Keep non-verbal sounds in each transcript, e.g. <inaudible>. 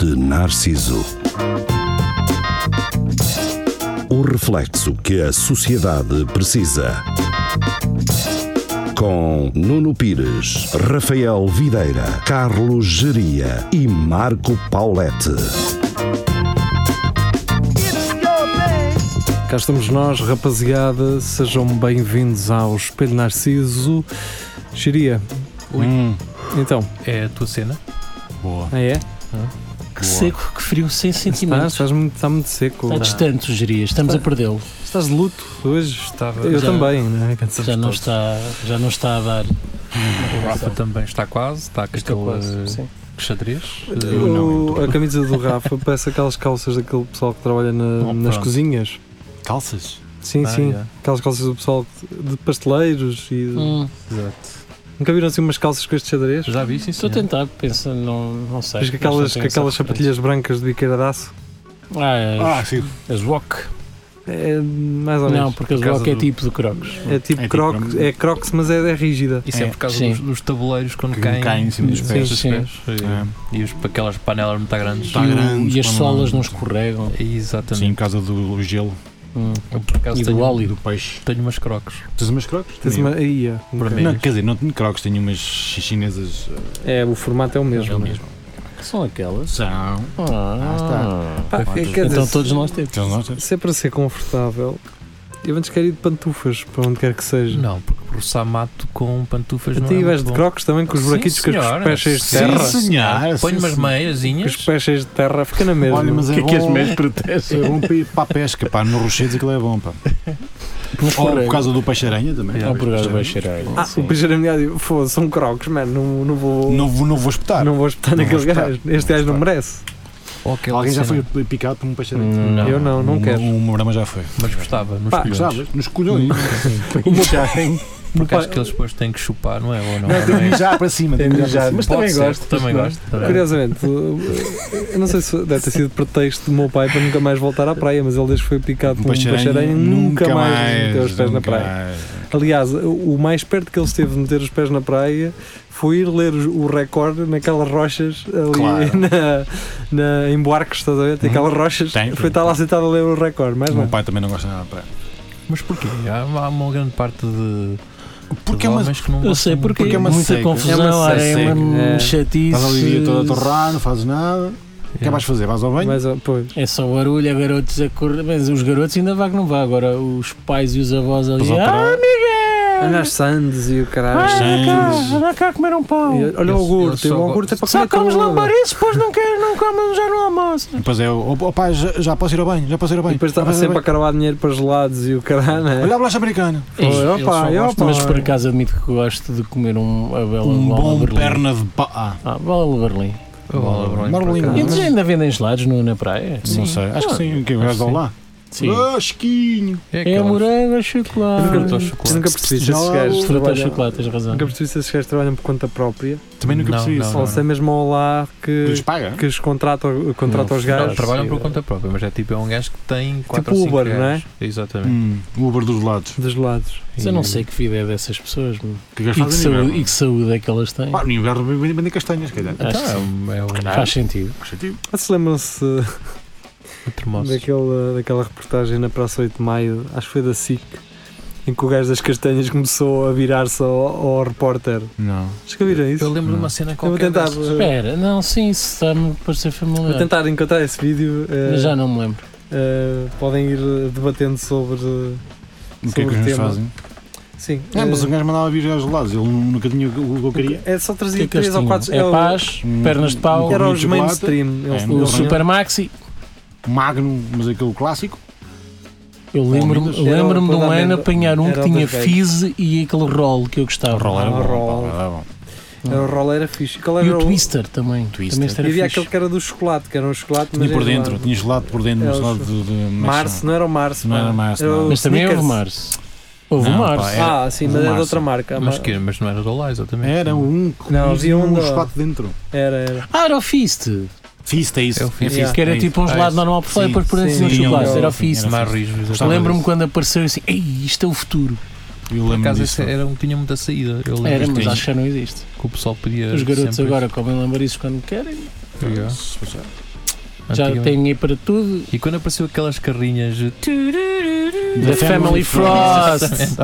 de Narciso. O reflexo que a sociedade precisa. Com Nuno Pires, Rafael Videira, Carlos Geria e Marco Paulette. Cá estamos nós, rapaziada. Sejam bem-vindos ao Espelho Narciso. Xeria, Hum, então, é a tua cena? Boa. ah, é? Que seco, que frio, sem Está, sentimentos. estás muito, está muito seco. Está distante, sugeria. Estamos a perdê-lo. Estás de luto hoje? Estava. Eu Já- também, né? Cansamos Já não todos. está, já não está a dar. O Rafa também está quase, está com aquele eh, Sim. xadrez. Eh, Eu- a camisa do Rafa parece aquelas calças daquele pessoal que trabalha na- Oh, nas pronto. cozinhas. Calças? Sim, Ah, sim. já. Aquelas calças do pessoal de pasteleiros e. de- Hum, Exato. Nunca viram assim umas calças com este xadrez? Já vi, sim, É. estou a senhor. tentar, pensa, não, não sei. Mas com aquelas, Não com aquelas sei se é sapatilhas brancas de biqueira de aço? referência. Ah, sim. as, as Wok. É mais ou menos. Não, porque as Por causa Wok é do- tipo de Crocs. É tipo É tipo crocs, crocs. é crocs, mas é, é rígida. Isso é, É, por causa sim. dos, dos tabuleiros quando Que caem, caem em cima dos eh, pés. dos Sim. pés, É. eh, E, os, aquelas panelas muito grandes. Tá e, o- grandes, e as quando- salas não escorregam. Sim, em Exatamente. casa do gelo um Hum. Eu, por acaso, E do tenho, óleo. do peixe. tenho umas crocs. Tens umas crocs? Tens uma- Aí, é. Vermelho. Não, quer dizer, não tenho crocs, tenho umas chi- chinesas. eh, É, o formato é o mesmo. É o né? mesmo. Que são aquelas? São. Ah, Pá, é, quer dizer, Então todos nós temos. Então, nossa, Se é para ser confortável, eu antes quero ir de pantufas, para onde quer que seja. Não, porque roçar mato com pantufas não Até é vais muito de bom. crocs também, com os Sim, buraquitos, com os senhora. pés cheios de Sim, terra. sim. senhora, Ponho Ah, sim, umas sim. Com os meiazinhas. pés cheios de terra, fica na mesma. Olha, mas é, que é que as bom, meias protegem? é bom para ir para a pesca, pá, no rochedos aquilo é bom, pá. Não Ou escorregam. por causa do peixe-aranha também. Não Ah, por causa do beijarelho. ah, o pijaram me foda são crocs, mano, não, não vou. Não, vou- não vou espetar. não vou espetar Não vou naquele espetar. gajo. Este gajo não espetar. merece. Ou aquela Alguém já cena. foi picado por um peixe-aranha? Não. Eu não, não Um- quero. Um morama já foi. Mas gostava, nos Pá, colhões. Sabes? Nos colhões. Porque <laughs> Pá, acho que eles depois têm que chupar, não é? Ou não? Não, Não tem de é? mijar para cima. tem de mijar para cima. Mas Pode também ser, gosto. Também gosto. também. Curiosamente, eu não sei se deve ter sido pretexto do meu pai para nunca mais voltar à praia, mas ele desde que foi picado por um peixe-aranha nunca mais meteu os pés na nunca praia. mais. Aliás, o mais perto que ele esteve de meter os pés na praia foi ir ler os- o recorde naquelas rochas ali Claro. na, na- em Buarques, estás a ver? Tem aquelas rochas. Tem. Foi estar lá sentado a ler o recorde, mas O meu não. pai também não gosta nada de praia. Mas porquê? Há, há uma grande parte de, Porque de é uma homens que não Eu sei gostam porque, Porque é é uma muita seca. É confusão, uma é uma, seca. É. chatice. Estás ali o dia todo a torrar, não fazes nada. O que é que vais fazer? Vais ao banho? Mas, um, pois. É só barulho, há garotos a correr, mas os garotos ainda vá que não vá. Agora os pais e os avós ali. Pois ao Ah, tarô." Miguel! Andas Sandes e o Vai caralho. anda Sandes. cá, anda cá comer um pão. E Olha Eu- o eu iogurte, só o iogurte é para Só comer comes tudo. lambarice, depois não queres, não comes já no almoço. Pois é, o o pai já, já posso ir ao banho, já posso ir ao E banho. depois Já estava posso ir ao sempre a cravar dinheiro para gelados e o caralho, banho. né? Olha a bolacha americana. Foi, Eles- opa, é eles só opa. gostam, Mas por acaso admito que gosto de comer um, a bela Um bola de bom Berlim. perna de pá. Ah, Ah, bola de Berlim. Oh, Lebron, por Marlin. acaso. E eles ainda vendem gelados no- na praia? não sei, acho que sim. O que é que vais acho que dar lá? Sim. Ah, Chiquinho! É aquelas- morango, é Eu chocolate. Fruta ao nunca- chocolate. Eu nunca percebi se esses Não, gajos Fruta ao trabalham. chocolate, tens razão. Nunca percebi se esses gajos trabalham por conta própria Também nunca Não, percebi não, isso. ou se é mesmo ao lá Que que, lhes paga? que os contrata, contrata Não, os Não, gajos. trabalham por conta própria, mas é tipo é um gajo que tem 4 Tipo ou 5 Uber, não é? Exatamente. Hum, o Uber dos lados. dos lados. Mas eu não sei que vida é dessas pessoas. meu. Que gajo E que, faz no saúde, e inverno? que saúde é que elas têm. Pá, no inverno vendem- vendem castanhas, se calhar. Ah. Ah, Então, Acho é que um, é um Faz sentido. Faz sentido. Vocês Ah, lembram-se termoço. daquela, daquela reportagem na Praça 8 de Maio, acho que foi da SIC, em que o gajo das castanhas começou a virar-se ao, ao repórter. Não. Acho que viram Eu isso? lembro de uma Não. cena Eu vou qualquer. tentar, dessas. vou Ah. Espera, não, sim, isso está-me a parecer familiar. tentar encontrar esse vídeo. eh, Mas já não me lembro. eh, podem ir eh, debatendo sobre. eh, O que é que Sobre o os meus tema. fazem? Sim. É, mas eh, um gajo mandava vir aos lados, ele nunca tinha o que eu queria. é só O que trazia é que eles 3 ou tinham? 4. É paz, um- pernas de pau, Era um os chocolate. mainstream. eles- É, o não. eles tinham- Super Maxi. Magnum, mas aquele clássico. Eu lembro-me Era lembro de um toda ano amêndoa. apanhar um que Era tinha das velhas. fizz e aquele rolo que eu gostava. era bom, roll. era bom. Era É o roller era fixe. Qual E era o o- Twister também. Twister. Também este E era havia fixe. aquele que era do chocolate, que era um chocolate. mas Tinha por era dentro, gelado. tinha gelado por dentro, Era mas o gelado de, de Março, não era o Março. Não era pá. Março, Era não. o Mas também houve Snickers. Mars. Houve Não, Mars. pá, era- Ah, sim, o mas era de Março. outra marca. Mas, Ma- que, é, mas não era do Lá, exatamente. Era um que Não, não, havia tinha um um da- chocolate dentro. Era, era. Ah, era o Fist. Fista, isso. É o Fist. Yeah. Que era tipo um Ah, gelado isso. normal por fora e Sim, depois por dentro sim. tinha um Sim, chocolate. era- Era o sim, era Fist. mais rígido. Gostava exatamente. Lembro-me quando apareceu assim, Ei, isto é o futuro. Eu Por lembro acaso disso. esse é- era um que tinha muita saída. Eu lembro Era, mas que- acho que já não existe. que o pessoal podia. Os garotos sempre- agora comem lambarices quando querem. é. Yeah. já Antigamente. tem dinheiro para tudo. E quando apareceu aquelas carrinhas. de- The Family Frost.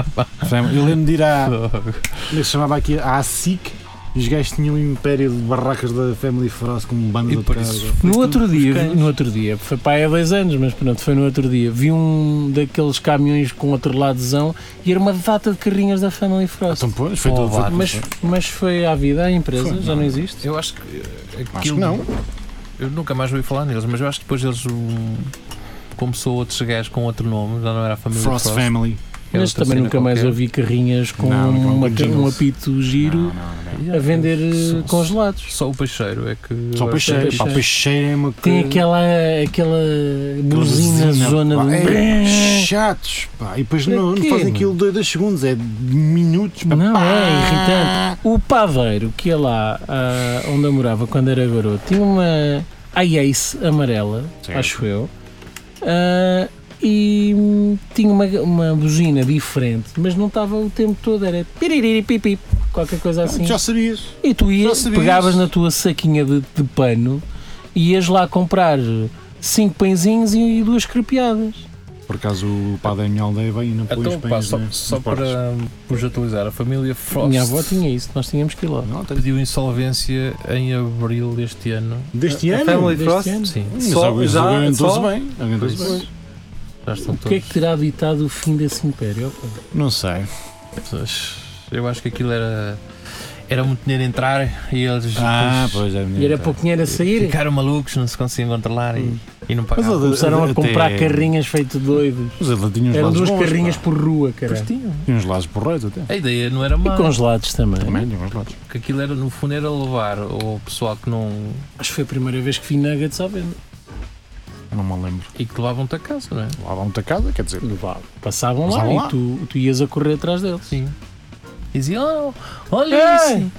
Eu lembro de ir à. Como é que se chamava aqui? À SIC. e Os gajos tinham um império de barracas da Family Frost com um bando E de por carros. isso No foi outro tudo dia, buscar. no outro dia, foi para aí há dois anos, mas pronto, foi no outro dia. Vi um daqueles caminhões com outro ladozão e era uma data de carrinhas da Family Frost. Então, pois, foi Oh, tudo. foi vá, tudo. mas, mas foi à vida a empresa, Foi, já não existe. Eu acho que. eh, Aquilo, Acho que não. Eu nunca mais ouvi falar neles, mas eu acho que depois eles. hum, Começou outros gajos com outro nome, já não era a família Frost Frost. Family. que era Mas outra também cena nunca mais qualquer. ouvi carrinhas com Não, nunca uma- ouvi jingles. um apito giro Não, não, não. a vender eh, Só- congelados. Só o peixeiro é que. Só peixeiro. Pá, peixeiro. peixeiro é uma Tem coisa- aquela, aquela buzina, buzina, zona um pá, do. é chatos, pá. E depois não, não Para quê, fazem aquilo dois, dois segundos, é minutos. pá. Não, é irritante. O padeiro que é lá ah, onde eu morava quando era garoto tinha uma Ace amarela, Certo. acho eu, ah, e hum, tinha uma, uma buzina diferente, mas não estava o tempo todo, era piriri pipi, qualquer coisa assim. Ah, Já sabias. E tu Já ias, sabias. pegavas na tua saquinha de, de pano e ias lá comprar cinco pãezinhos e, e duas crepeadas. Por acaso o pá da minha aldeia vem e não põe os Então, pá, pães só, né, só nos porcos. para vos atualizar, a família Frost Minha avó tinha isso, nós tínhamos que ir lá. Não, tem- pediu insolvência em abril deste ano. Deste A ano? Family deste Frost? ano. Sim, Mas Só- alguém- já- alguém só- trouxe bem. alguém trouxe Por isso. bem. já estão O que é que todos. terá ditado o fim desse império? Não sei. Eu acho que aquilo era. Era muito dinheiro a entrar e eles Ah, depois pois é. E era pouco dinheiro a sair? ficaram malucos, não se conseguiam controlar e, e não Mas pagavam. ele- Começaram a Até- comprar carrinhas feito doidos. Mas ele tinha uns Eram lados duas bons, carrinhas pá. por rua, Pois cara. tinham. Tinha uns lados porreiros até. A ideia não era E má, congelados também. Também tinha uns lados. que aquilo era, no fundo era levar o pessoal que não. Acho que foi a primeira vez que vi nuggets à venda. Eu Não me lembro. e que levavam-te a casa, não é? Lá vão muita casa, quer dizer. Passavam lá Hum. Passavam e lá. tu, tu ias a correr atrás deles. Sim. E diziam, oh, olha Ei! isso,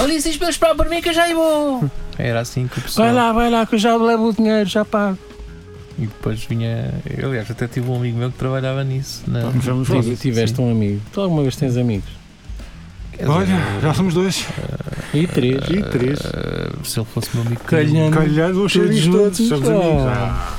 olha isso, isto meus para por mim que eu já vou. Era assim que o pessoal. Vai lá, vai lá, que eu já levo o dinheiro, já pago. E depois vinha. Eu, aliás, até tive um amigo meu que trabalhava nisso. Na... Vamos ver, vamos Tu ver. tiveste um amigo. Tu alguma vez tens amigos? Quer dizer, um. Olha, já somos dois. E três. E três. eh, se ele fosse meu amigo, Calhando. Calhar vamos ser Todos amigos todos. juntos, Somos pá. amigos. Ah.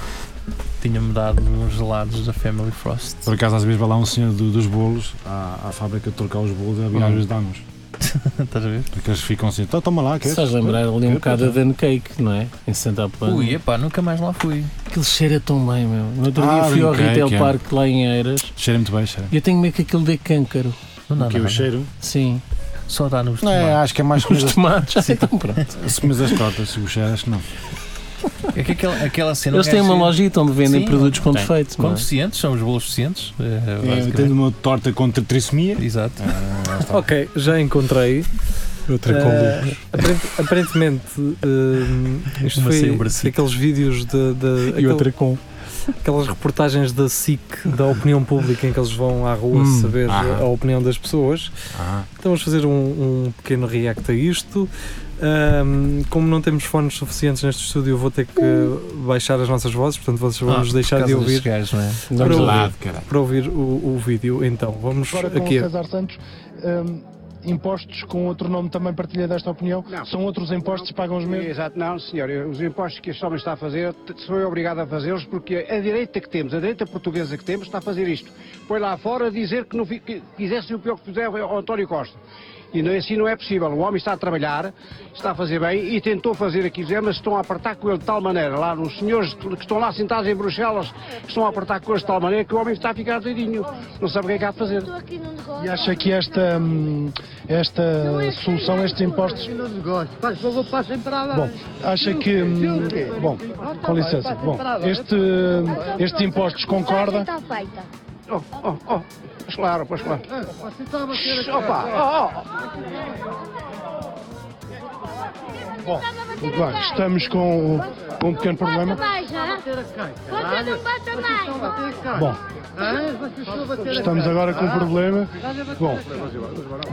tinha-me dado uns gelados da Family Frost. Por acaso, às vezes vai lá um senhor do- dos bolos à, à fábrica de trocar os bolos e havia às Hum. vezes dá-nos. <laughs> Estás a ver? Porque eles ficam assim, "Tó, toma lá, Se queres? Estás a lembrar ali um Quer? bocado da Dan Cake, não é? Em Santa Apolónia. é Ui, epá, nunca mais lá fui. Aquilo cheira tão bem, meu. No outro Ah, dia fui ao Dan Cake, Retail é. Park lá em Eiras Cheira muito bem, cheira. e eu tenho medo que aquilo dê câncer. Não dá Que o nada. cheiro? Sim. Só dá nos Não, é, tomates. acho que é <laughs> mais comer Os as, tomates. <laughs> Então pronto. comer as tortas, se o cheiro, acho que não. É que aquela, aquela cena. Eles um têm gajo- uma lojita onde vendem Sim, produtos com tem. defeito. não é? Com deficientes, são os bolos deficientes. eh, É, basicamente. tendo uma torta contra trissomia. Exato. Ah, Ok, já encontrei. Outra Eh, aparent- aparentemente, eh, isto Uma sem foi um bracito. aqueles vídeos de, de- aquele- com. Ah, aquelas reportagens da SIC, da opinião pública, em que eles vão à rua Hum, saber aham. a opinião das pessoas. Ah, Então vamos fazer um, um pequeno react a isto. Ahm, como não temos fones suficientes neste estúdio, eu vou ter que baixar as nossas vozes, portanto vocês vão Ah, nos deixar Por de causa desses ouvir gajos, não é? Para Vamos ouvir. lá. lado, caralho. para ouvir o, o vídeo. Então, vamos Agora com aqui. o a- César Santos, hum, impostos com outro nome também partilha desta opinião. Não. São outros impostos que pagam os mesmos. Exato, não, senhor. Eu- Os impostos que este homem está a fazer, eu te- sou eu obrigado a fazê-los porque a direita que temos, a direita portuguesa que temos, está a fazer isto. Põe lá fora dizer que, não, fi- que fizessem o pior que fizeram ao António Costa. E não, assim não é possível. O homem está a trabalhar, está a fazer bem e tentou fazer aquilo, que fizeram, mas estão a apertar com ele de tal maneira. Lá os senhores que estão lá sentados em Bruxelas estão a apertar com ele de tal maneira que o homem está a ficar doidinho. Não sabe o que é que há de fazer. Estou aqui num negócio. E acha que esta, hum, é esta assim. solução, estes impostos, Bom, acha que. hum, Bom, Ah, tá com licença. Bom, este, hum, estes impostos concorda? Está feita. Oh, oh, oh. Pois claro, pois claro. Shhh, Opa, oh, oh. Bom, muito bem, estamos com, com um pequeno problema. Você não um bota mais. Bom, estamos agora com um problema. Bom,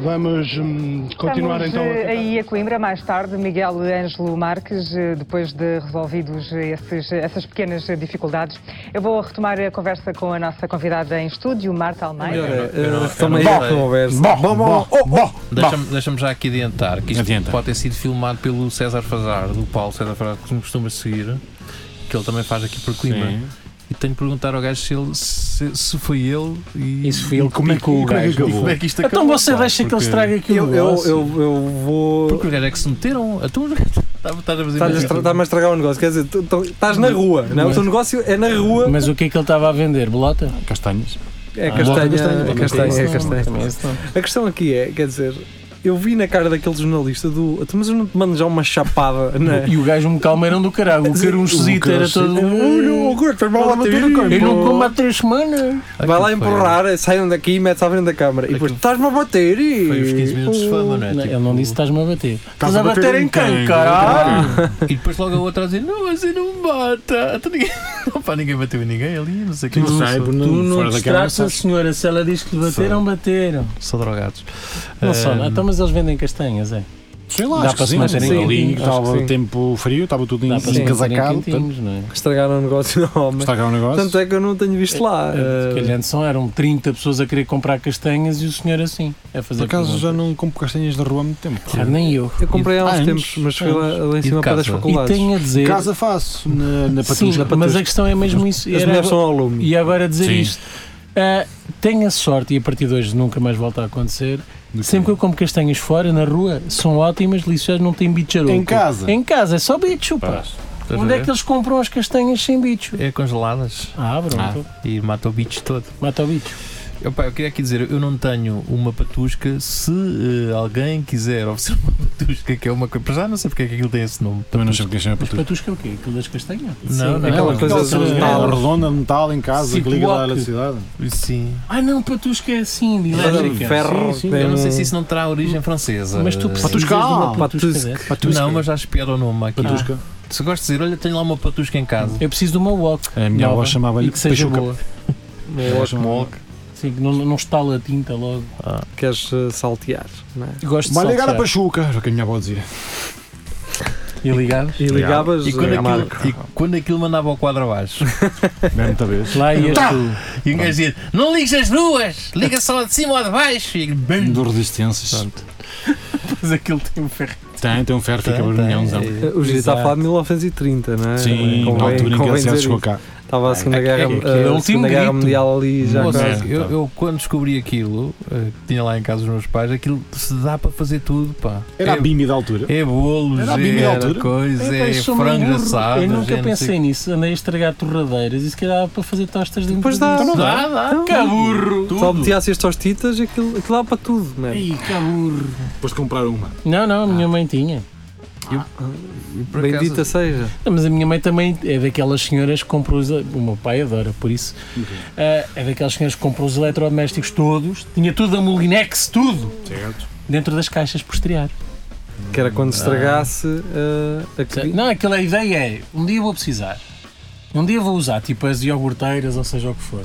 vamos hum, continuar Estamos, então. a eh, tentar. aí a Coimbra, mais tarde, Miguel Ângelo Marques, eh, depois de resolvidos eh, esses, eh, essas pequenas eh, dificuldades. Eu vou retomar a conversa com a nossa convidada em estúdio, Marta Melhor Almeida. é, Eu não- eh, Retoma aí eu não a sei. conversa. Bom, bom, bom, oh, bom. Deixa-me deixa-me já aqui adiantar que isto Adianta. pode ter sido filmado pelo César Fazar, do Paulo César Fazar, que me costuma seguir. que ele também faz aqui por clima. E tenho de perguntar ao gajo se, ele, se, se foi ele e. Isso foi ele que como é que- picou o e como é que gajo. acabou? Como é que isto Então acabou, você pá? deixa que ele Porque- estrague aqui o Eu, eu, negócio. eu, eu vou. Porque os gajos é que se meteram. A tu <laughs> estás a fazer Estás-me a, imaginar. estra- estás-me a estragar o negócio. Quer dizer, tu- tu- estás na rua. Não, o teu negócio é na rua. Mas o que é que ele estava a vender? Bolota? Castanhas. É Ah, castanha. castanha, É castanha. Também É isso não, também castanha. isso não. A questão aqui é, quer dizer, eu vi na cara daquele jornalista do. "Ah, tu, Mas eu não te mando já uma chapada, não é? E o gajo um calmeirão do caralho. O carunchozito era todo. Eu não como há Vai três semanas. Aquilo lá foi- empurrar, saiam daqui e metes à frente da câmara. E depois Aquilo- estás-me a bater e. Foi os 15 minutos de fama, não é? Não, Tipo, ele não disse que estás-me a bater. Estás a a bater, bater em em quem, quem? caralho? E depois logo a outra a dizer: Não, mas eu não me mata. Então ninguém. <laughs> Opa, ninguém bateu em ninguém ali, não sei o que. Tu não sou- sabes, sou- não- Tu não Fora da câmara, distrates a sabes. senhora. Se ela diz que te bateram, bateram. Sou drogados. Ah, Não só, Ahm, então, mas eles vendem castanhas, é? Sei lá, Dá acho para que se sim. manter em sim, quentinho, ali acho que estava sim. tempo frio, estava tudo Dá para se manter em encasacado. portanto, quentinhos, não é? Estragaram o negócio ao homem. Estragar o Tanto negócio. é que eu não tenho visto lá. É, eh, Ah, Se calhar são, eram 30 pessoas a querer comprar castanhas e o senhor assim, a fazer Por acaso perguntas. já não compro castanhas da rua há muito tempo. Ah, nem eu. Eu comprei há uns Antes, tempos, mas foi lá, lá em de cima para das casa. Ah, E E faculdades. tenho a dizer. Casa faço, na, na sim, patusca. mas a questão é mesmo isso. As era- mulheres são ao lume. e agora dizer Sim. isto. Ah, tenho a sorte, e a partir de hoje nunca mais volta a acontecer. Sempre que eu como castanhas fora, na rua, são ótimas, deliciosas, não têm bicharuca. Em casa? Em casa, é só bicho, pá. Pá, estás a Onde é que ver? eles compram as castanhas sem bicho? É congeladas Ah, Ah. pronto. e mata o bicho todo. Mata o bicho. Opa, eu queria aqui dizer, eu não tenho uma patusca. Se eh, alguém quiser oferecer <laughs> uma patusca, que é uma coisa. Para já não sei porque é que aquilo tem esse nome. Também não sei porque chama Mas patusca. patusca é o quê? Aquilo das castanhas? Não, não, aquela Não, coisa aquela de- metal, redonda de metal em casa que liga lá Cicloque. à cidade. Sim. Ah não, patusca é assim, de elétrica. Ferro, Sim, sim. tem Eu não um- sei se isso não terá origem francesa. Mas Eh, tu precisas de uma Patuscal. patusca. Patusca. né? Patusca. Não, mas acho pior o nome aqui. Patusca. Se gosto de dizer, olha, tenho lá uma patusca em casa. Eu preciso de uma wok. A minha nova avó chamava-lhe E que seja Pachuca. boa. um Minha avó chamava- Sim, que não, não estala a tinta logo. Queres eh, saltear, não é? Gosto Vai de ligar a saltear. Pachuca, era o que a minha avó dizia. E ligavas? E ligavas E quando, eh, Marco. aquilo, e quando aquilo mandava o quadro abaixo. Bem, muita vez. Lá ias Tá. tu. E um gajo dizia: Não ligues as duas, liga só a de cima ou a de baixo. E bem. Do resistências. Pronto. Mas aquilo tem um ferro. Tem, tem um ferro, fica vermelhãozão. Eh, O Giro está a falar de 1930, não é? Sim, Convém- na altura em que convém a CES dizer chegou isso. cá. Estava a Segunda É que- Guerra, é que- eh, é o a último Segunda Guerra grito. É. Mundial ali já Ou Nossa. quase. seja, eu, eu quando descobri aquilo, eh, que tinha lá em casa os meus pais, aquilo se dá para fazer tudo, pá. Era a é, BIMI da altura. é bolos, Era a Bimbi da é altura. coisa, Epá, é, eu sou um frango burro. assado. Eu é nunca não pensei sei- nisso. Andei a estragar torradeiras e se calhar dava para fazer tostas dentro Pois dá. disso. Então não Dá, dá. Caburro! Só metiasse as tostitas, aquilo, aquilo lá para tudo, não é? Ei, caburro! Depois de comprar uma. Não, não, a Ah. minha mãe tinha. Por acaso, Bendita seja. Não, Mas a minha mãe também é daquelas senhoras que comprou os. O meu pai adora, por isso. Ah, é daquelas senhoras que comprou os eletrodomésticos todos, tinha tudo a Molinex, tudo! Certo. Dentro das caixas posterior. Que era quando estragasse eh, a Certo? que... Ah. é- Tá. Não, aquela ideia é: um dia vou precisar, um dia vou usar, tipo as iogurteiras, ou seja o que for.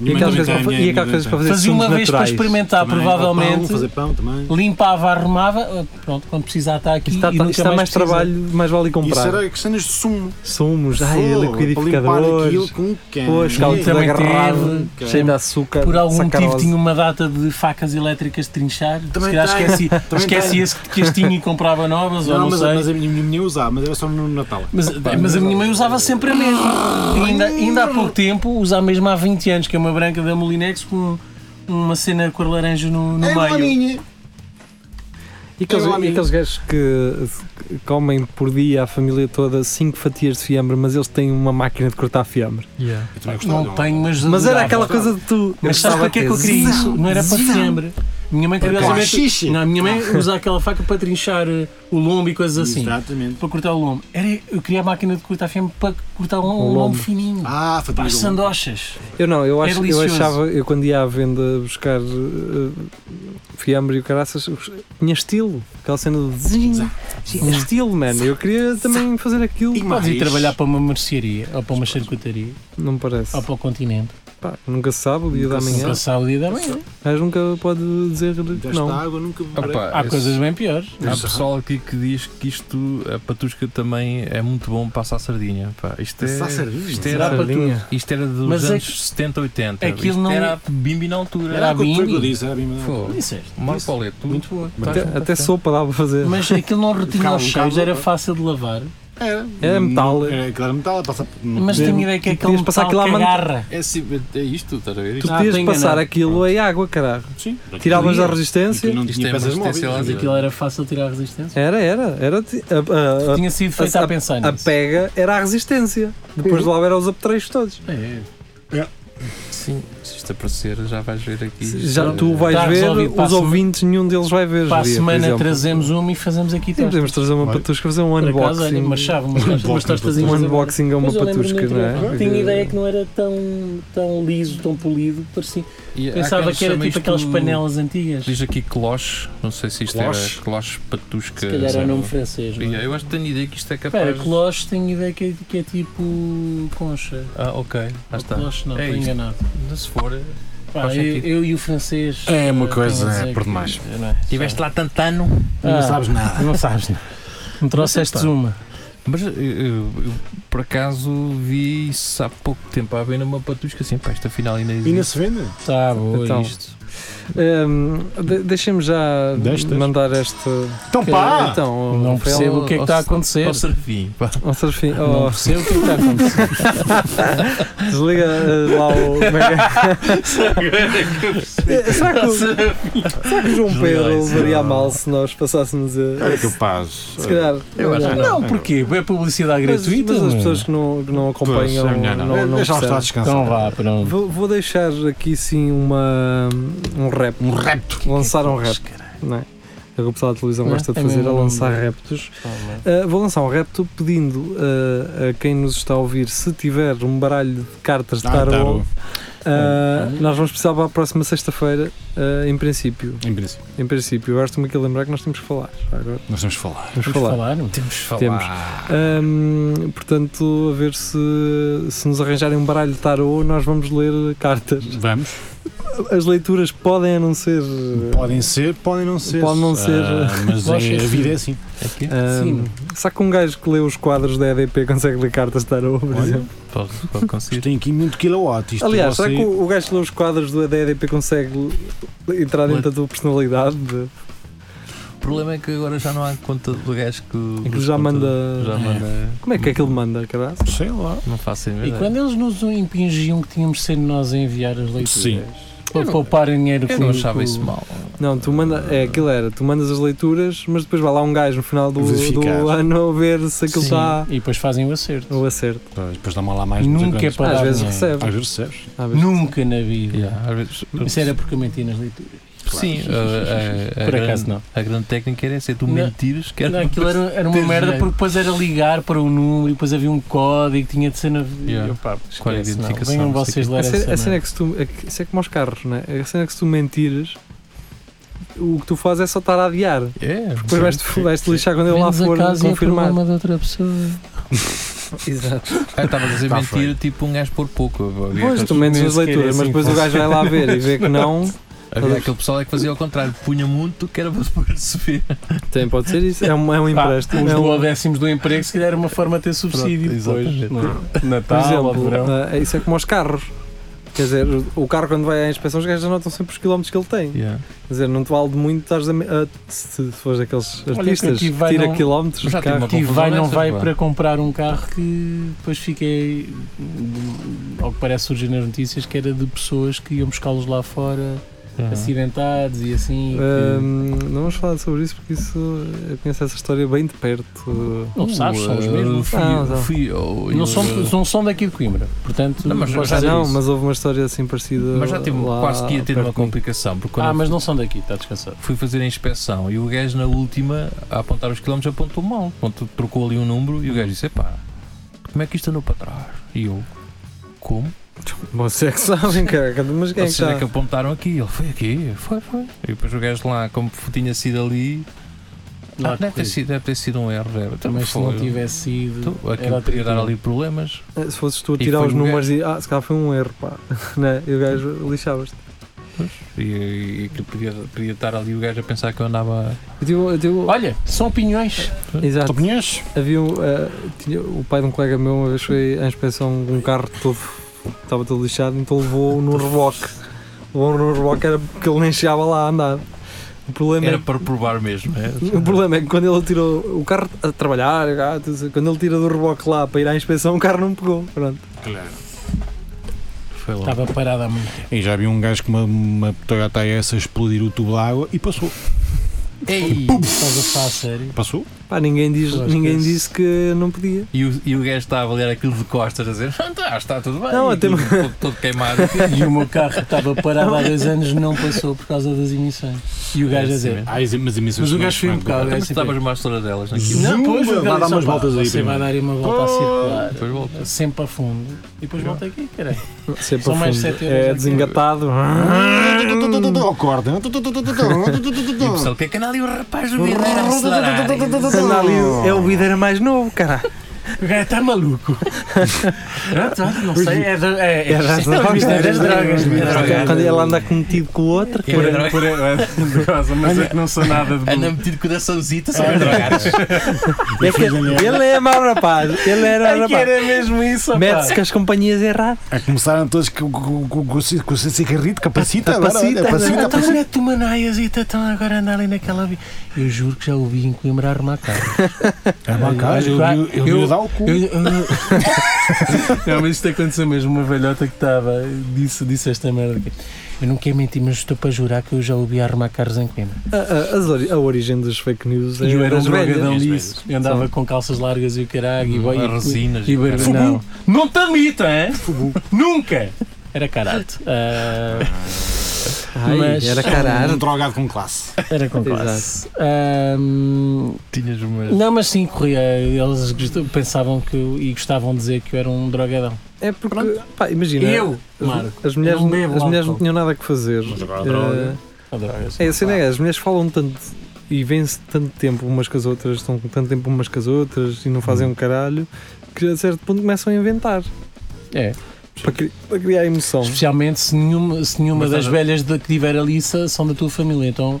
E aquelas coisas para fa- e aquelas coisas para fazer Fazia uma sumos vez para naturais. então, experimentar, Tá, provavelmente. Fazer pão também. limpava, arrumava, ah, pronto, quando precisar está aqui. Isto dá, e nunca isto dá mais precisa. trabalho, mais vale Isso comprar. era questões de sumo. Sumos, um ai, Fogo, para limpar liquidificadores. aquilo com quem? Pois, caldo da também garrafa, teve. cheio de açúcar, Por algum motivo sacarose. tinha uma data de facas elétricas de trinchar. Também se calhar tem. esqueci, Também esqueci tem. esse que as tinha e comprava novas, ou Não, não mas, sei. mas a minha minha usava, mas era só no Natal. É Mas, mas é a minha mãe usava sempre a mesma. E ainda, ainda há pouco tempo usava a mesma há 20 anos, que é uma branca da Molinex com uma cena de cor laranja no, no Era a meio. minha. E aqueles, Eu, amigo. e aqueles gajos que que comem por dia a família toda 5 fatias de fiambre, mas eles têm uma máquina de cortar fiambre. Eu também gostava. um Não tenho, mas. Mas era adorava. aquela coisa de tu. eu Mas gostava sabes para que é que eu desse. queria isso? Não era para fiambre. Minha mãe, Era curiosamente, xixi. Não, a minha mãe usa aquela faca para trinchar eh, o lombo e coisas assim. Exatamente. Para cortar o lombo. Era, eu queria a máquina de cortar fiambre para cortar um, um lombo. lombo. fininho. Ah, Pá, as fantástico. sandochas. Eu não, eu, acho, eu É delicioso. achava, eu quando ia à venda buscar eh, fiambre e o caraças, eu gost- tinha estilo. Aquela cena do zin, tinha é estilo, mano. Eu queria também fazer aquilo. E mais? Podes ir trabalhar para uma mercearia, ou para uma charcutaria, Não me parece. ou para o continente. Pá, nunca se sabe o dia da manhã. Ah, Nunca sabe o dia da manhã. Mas nunca pode dizer que Desta não. água nunca beberei. Opa, Há esse- coisas bem piores. Há pessoal aqui que diz que isto, a patusca também é muito bom para assar sardinha. Pá, isto, é, Assar sardinha? isto era, Dá para Sardinha. isto era dos Mas é anos que- 70, 80. aquilo isto não- é- era bimbi na altura. Era Era a coisa que bimbi. eu disse, era a bimbi. Pô, Disseste. Marco Aleto, tu- tá- Muito boa. Até, até sopa dá para fazer. Mas aquilo não retinha Calma, os cheiros, calma. era fácil de lavar. Era. Era metal. Era, aquilo era metal, passa, não, Mas tenho ideia que é Tu aquele podias passar metal que aquilo à manta. agarra. É, sim, é isto, estás a ver? Tu Isto, Ah, podias tô passar enganado. aquilo em água, caralho. Sim. Tiravas a Aquilo resistência. não Isto tinha é peças uma móveis. resistência lá Mas aquilo era fácil tirar a resistência. Era, era. era ti- a- a- a- Tinha sido feito a- a pensar a nisso. pega era a resistência. Depois de lá eram os apetrechos todos. É. sim, se isto aparecer, já vais ver aqui. Já tu vais Está ver, Tá resolvido, para a os semana- ouvintes, nenhum deles vai ver. Para a Jeria, por semana exemplo. trazemos uma e fazemos aqui um Sim, tostas. podemos trazer uma patusca, fazer um Por acaso, olha, unboxing. uma chave, umas tostas- umas tostas Um unboxing a uma Mas eu lembro-me patusca, no não outro- é? Tinha ideia que não era tão, tão liso, tão polido, parecia. E há Pensava quem que era chama tipo isto- um aquelas panelas antigas. Diz aqui cloche, não sei se isto Cloche? era cloche patusca. Se calhar era sabe? o nome francês. não E é? Eu acho que tenho ideia que isto é capaz. Espera, Coloche tenho ideia que é, que é tipo concha. Ah, ok, lá está. Coloche não, É estou isto. enganado. Se for, eh, Pá, Faz eu, sentido. eu e o francês. É uma eh, coisa, tenho a é, dizer por que- demais. não é? tiveste lá tanto ano. Não Ah, sabes nada. Não sabes. Me trouxeste uma. Mas eu, eu- eu, por acaso vi isso há pouco tempo à venda uma patusca assim, pá, esta final ainda existe. E não se vende? Tá boa Então, isto. Hum, de- Deixem-me já Destas? mandar esta. Então pá! Então, Não Rafael, percebo o que é que ao- está a ao- acontecer. ao Serafim, pá. ao Serafim, Não oh, percebo o que é que está a acontecer. desliga eh, lá o. como é que é? será, que o será que o João Desliga Pedro isso. levaria a mal se nós passássemos a. É capaz. Se calhar. Eu acho que Não, porquê? É publicidade Mas, gratuita. é? mas as meu. pessoas que não, que não Pois, acompanham. é melhor não, não. não, Deixa-os estar percebem. a descansar. Então vá, pronto. Vou, vou deixar aqui sim uma, um rap. Um repto. Lançar um rap. Não é? É o que o pessoal da televisão Não, gosta de é fazer, é mesmo um- lançar reptos. Oh, Uh, vou lançar um repto pedindo uh, a quem nos está a ouvir, se tiver um baralho de cartas de Ah, tarot, tarô. uh, Ah, nós vamos precisar para a próxima sexta-feira, uh, em princípio. Em princípio, Em princípio, agora estou-me aqui a lembrar que nós temos que falar. Agora nós temos que falar. temos que Vamos falar. falar. Temos de falar. Temos. Um, portanto, a ver se, se nos arranjarem um baralho de tarô, nós vamos ler cartas. Vamos. As leituras podem a não ser. uh, Podem ser, podem não ser. Pode não Ah, ser. <laughs> mas Acho é- a que vida sim. é assim. Aqui? Um, será que um gajo que lê os quadros da EDP consegue ler cartas de tarô, por Olha, exemplo? Pode, pode Isto conseguir. tem aqui muito kilowatt. Isto Aliás, você... será que o, o gajo que lê os quadros do- da EDP consegue entrar dentro da tua personalidade? De, <laughs> O problema é que agora já não há conta do gajo que. É em que já manda. Já manda. Como é que é que ele manda, caralho? Sei lá. Não faço a E ideia. quando eles nos impingiam que tínhamos de ser nós a enviar as leituras Sim. para poupar dinheiro Eu com- não achava com- isso mal. Não, tu manda. É, aquilo era. Tu mandas as leituras, mas depois vai lá um gajo no final do, Verificar. do ano ver se aquilo Sim, está E depois fazem o acerto. no acerto. Pois, Depois dá-me lá mais não sei Nunca é quantos. para Às dar vezes dinheiro. recebe. Às vezes recebes. Às vezes- Nunca na vida. Yeah, às vezes- Isso era porque eu menti nas leituras. Sim, a, a- a Por grande, acaso não. a grande técnica era essa, é tu Não. mentires que era Não, aquilo era, era uma Tens merda dinheiro. porque depois era ligar para o número e depois havia um código que tinha de ser na. Yeah. Eu, pá, Qual é a esquece, não. identificação, Venham não sei vocês quê. ler A cena, a essa. cena é merda. que se tu, a que- isso é como aos carros, né? A cena é que se tu mentires, o que tu fazes é só estar a adiar. É, Depois vais-te vais lixar quando ele lá Vendes a for casa e é confirmar. problema de outra pessoa. Exato. Ah, estava a dizer Tá mentira, tipo um gajo por pouco. Havia, Pois, tu aquele, menos as Nem sequer leituras, é mas assim depois o que gajo vai lá ver e vê que não. havia aquele pessoal é que fazia ao contrário, punha muito que era <laughs> para depois subir. Tem, pode ser isso. É um, é um Pá, empréstimo. Os é um- do décimos do emprego, se calhar era uma forma de ter subsídio exatamente. depois. no por Natal, ou de exemplo, verão. ah, isso é como aos carros. Quer dizer, o- o carro quando vai à inspeção, os gajos anotam sempre os quilómetros que ele tem. Yeah. Quer dizer, não te vale de muito, estás a, me- a- se fores daqueles Olha, artistas, que aqui vai tira não- quilómetros Já de tive carro. uma E confusão vai, não dessas, vai pá. para comprar um carro que depois fiquei, de- ao que parece surgir nas notícias, que era de pessoas que iam buscá-los lá fora, Yeah. acidentados e assim. que- Hum, Ahm, não vamos falar sobre isso porque isso eu conheço essa história bem de perto. não sabes, são os mesmos. Uh, Fui, Ah, tá. fui, oh, eu- Não são, não são daqui de Coimbra, portanto, Não, mas podes já Já dizer não, isso. mas houve uma história assim parecida. Mas já tive lá quase que ia ter uma perto de mim. complicação, porque quando Ah, eu mas não são daqui, está descansado. fui fazer a inspeção e o gajo na última, a apontar os quilómetros, apontou mal. Apontou- trocou ali um número e o gajo disse: Epá, como é que isto andou para trás? E eu, como? Vocês é <laughs> que sabem, caraca, mas quem é Ou que seja, está? que apontaram aqui. Ele foi aqui, foi, foi. E depois o gajo lá, como tinha sido ali, ah, Lá deve, ter corrido. sido, deve ter sido um erro. Deve, Também se não foi. tivesse sido. Então, Aquilo era podia dar terrível. ali problemas. Eh, Se fosses tu a E tirar foi os um números e. Ah, se calhar foi um erro, pá. <laughs> Não é? E o gajo lixavas-te. E, e aquilo podia, podia estar ali o gajo a pensar que eu andava. Eu tive, eu tive- Olha, são É, opiniões. exato. Opiniões? Havia um, eh, tinha- o pai de um colega meu uma vez foi à inspeção de um carro todo. Estava todo um lixado, então levou no reboque. Levou no reboque era porque ele nem chegava lá a andar. O problema é Era para provar mesmo. É? O problema é que quando ele tirou o carro a trabalhar, ah, tudo isso, quando ele tira do reboque lá para ir à inspeção, o carro não pegou. Pronto. Foi lá. Estava parado há muito tempo. E já vi um gajo com uma, uma Toyota essa explodir o tubo de água e passou. Ei! Estás a falar a sério? Passou? Pá, ninguém, diz, Claro que ninguém sim. disse que não podia. E o, e o gajo está a avaliar aquilo de costas, a dizer: "Ah, tá, está tudo bem. Não, até- E todo, todo <laughs> queimado. E o meu carro estava parado há dois anos, não passou por causa das emissões. E o gajo a dizer. Ah, mas Mas o gajo foi um bocado. Mas é tu assim, estavas mais todas delas é? naquilo. Não, pois, Zumba, eu vai dar disse, umas "Opa, voltas aí Você vai primeiro." dar aí uma volta a Depois volta. circular, sempre a fundo, e depois volta aqui, caralho. Sempre São a mais fundo. sete um euros É aqui. desengatado. um- Ao corda. E o pessoal, o que é que anda ali o rapaz do Videira a acelerar? <laughs> Anda ali, oh. é o Videira mais novo, cara. O gajo está <laughs> maluco. Pronto, olha, não sei, é, da- é, <laughs> é, É das isto é o drogas. né? mistério das drogas. é drogas. Quando ele anda cometido com o outro. Quem é droga? Mas é que não sou nada de Anda metido assim, com o da Sanzita, só vai drogar. É que ele é mau rapaz. Ele É era Ai, que rapaz. era mesmo isso, opá. Mete-se com as companhias erradas. A começaram todos com com- com- com o cigarrito, capacita, Capacita, capacita, Então, capacita. olha, tu manaias e então agora andar ali naquela via. Eu juro que já ouvi em Coimbra arrumar carros. É uma eu- eu eu- eu dar o cu. Eu- eu- <laughs> Não, mas isto aconteceu mesmo. Uma velhota que estava disse, disse esta merda. aqui. Eu não quero mentir, mas estou para jurar que eu já ouvi arrumar carros em Coimbra. A, a- as ori- a origem dos fake news é E eu era um das velhas. drogadão As disso. Eu andava com calças largas e o caralho. e boi- As e- resinas é? E, e o barba- caralho. não. não te admito, hein? Nunca! Era karate. Ah, Ai, Mas- Era Um caralho. drogado com classe. era com classe. Ahm, Tinhas uma. não, mas sim, corria. Eles gost- pensavam que eu, e gostavam de dizer que eu era um drogadão. É porque, pá, imagina. as- Marco, As mulheres, não bebo as mulheres não álcool. tinham nada que fazer. Mas agora a Eh, droga. a droga, sim. é, assim, né, as mulheres falam tanto e vêm-se tanto tempo umas com as outras, estão com tanto tempo umas com as outras e não fazem um caralho, que a certo ponto começam a inventar. É. Para, cri- para criar emoção. Especialmente se nenhuma, se nenhuma Mas das estás a- velhas de, que tiver ali sa- são da tua família. Então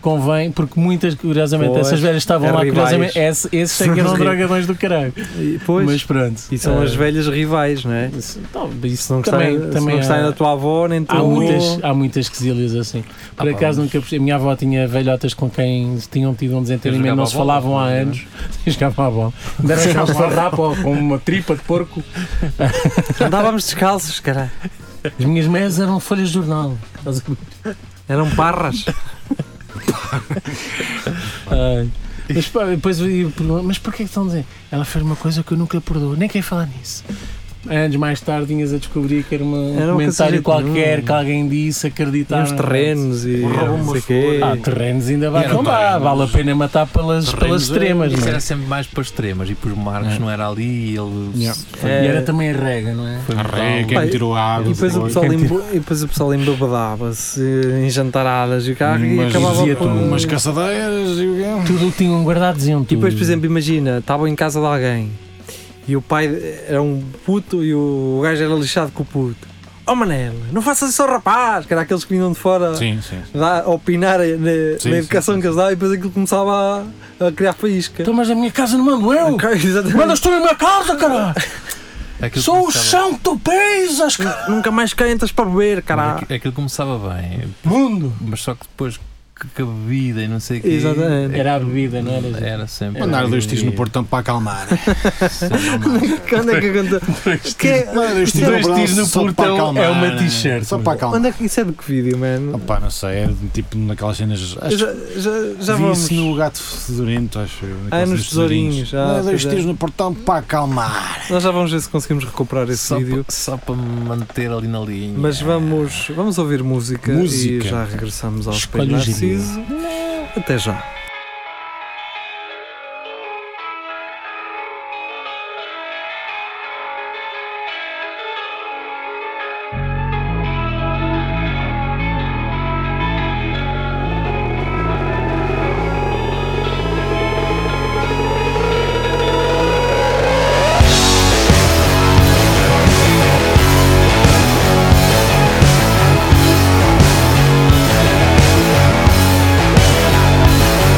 convém, porque muitas, curiosamente, Pois, essas velhas estavam é lá, rivais. curiosamente, esse- esses é que eram drogadões do caralho. E, pois, Mas pronto. e são eh, as velhas rivais, não é? Isso, tal, isso Se não gostarem, também, se também não é- gostarem há, da tua avó, nem do teu há, avô, muitas, há muitas que se ilhas assim. Por Ah, pá, acaso mas- nunca percebi. A minha avó tinha velhotas com quem tinham tido um desentendimento, Jogava não à se bola, falavam há não é? anos. <laughs> Jogavam <laughs> à bola. Deram aquela farrapa ou com uma tripa de porco. <laughs> andávamos descalços, cara. As minhas meias eram folhas de jornal. Estás a ver? Eram parras. Tá, Ai. Mas pá, depois eu ia perguntar, mas porquê que estão a dizer? Ela fez uma coisa que eu nunca perdoo, nem quero falar nisso. Anos mais tarde vinhas a descobrir que era uma- um Era uma comentário coisa qualquer de- que alguém disse, Tinha acreditaram. uns terrenos e Roubam não sei uma o quê. Ah, terrenos ainda vai Eram tombar, terrenos. vale a pena matar pelas, pelas extremas. Isso não é? era sempre mais para extremas. E por Marcos não era ali e ele. Yeah. foi- E era também a rega, não é? foi A ré, quem Pai, me tirou a água. E depois, o foi. pessoal embo... e depois o pessoal embebedava-se em jantaradas e o carro e Mas acabava dizia por... tu umas caçadeiras e o quê? Tudo o que tinham guardado diziam tudo. E depois, por Hum. exemplo, imagina, estavam em casa de alguém e o pai era um puto e o gajo era lixado com o puto. Oh Manel, não faças isso ao rapaz! Que era aqueles que vinham de fora Sim, sim. dar- a opinar na, na sim, educação que eles davam e depois aquilo começava a, a criar faísca. Então, mas a minha casa não mando eu! Ok, exatamente. Mandas tu na minha casa, <laughs> cara! aquilo Sou o começava- chão que tu pesas, cara! Nunca mais cá entras para beber, caralho. Aquilo- Aquilo começava bem, Mundo! mas só que depois que, que a bebida e não sei o quê. é Exatamente. Era a bebida, não era? assim. gente? Era sempre. Mandar dois tiros no portão para acalmar. Quando é que aconteceu? Que é- Mandar dois Dois braço tiros no só para portão acalmar, é uma né? t-shirt, Só meu. para acalmar. Onde é que isso é de que vídeo, mano? Opa, não sei, era de- tipo naquelas cenas. Eu Acho Já, já, já vi vamos. isso no gato fedorento, acho eu. Ah, naquelas nos cenas fedorentes. tesourinhos. Ah, Mandar dois pois é. tiros no portão para acalmar. Nós já vamos ver se conseguimos recuperar esse Só, é. vídeo. pa- só para me manter ali na linha. Mas vamos, vamos ouvir música, Música. e já regressamos ao Espelho Escolha o Narciso. Jirinho. Até já. Thank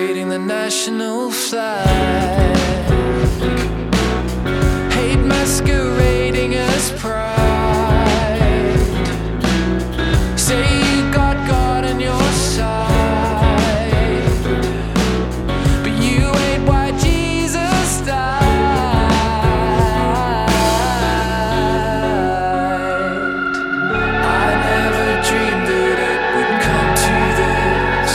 international flag. Hate masquerading as pride. Say you got God on your side. But you ain't why Jesus died. I never dreamed that it would come to this.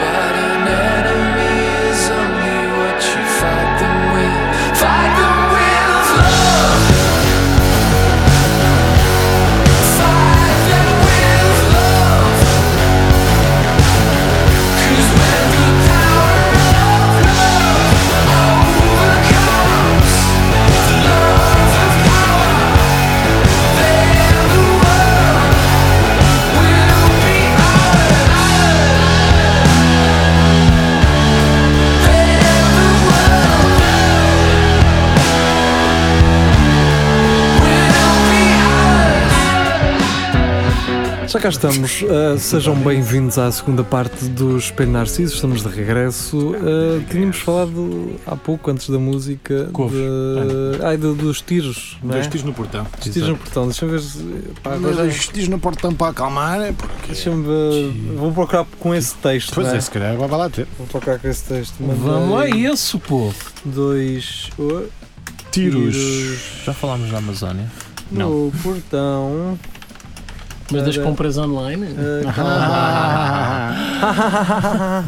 But an enemy is only what you fight them with. Fight them with love. Fight them with love. 'Cause when the power of love overcomes the love of power, then the world. Já cá estamos. Uh, sejam bem-vindos à segunda parte do Espelho Narciso. Estamos de regresso. Uh, tínhamos falado há pouco, antes da música, Couves. de- ai, do- dos tiros. não é? Dois tiros no portão. Dos tiros no portão. Deixa-me ver. se- Pá, agora- Dois tiros no portão para acalmar. é porque- Deixa-me ver. Vou procurar com esse texto. Pois não é? é, se calhar vai lá ter. Vou procurar com esse texto. Vamos a Mandei isso, pô. Dois. oh, Tiros. Já falámos da Amazónia. <laughs> No portão. Mas das Era- compras online? <laughs> Uh, Ah,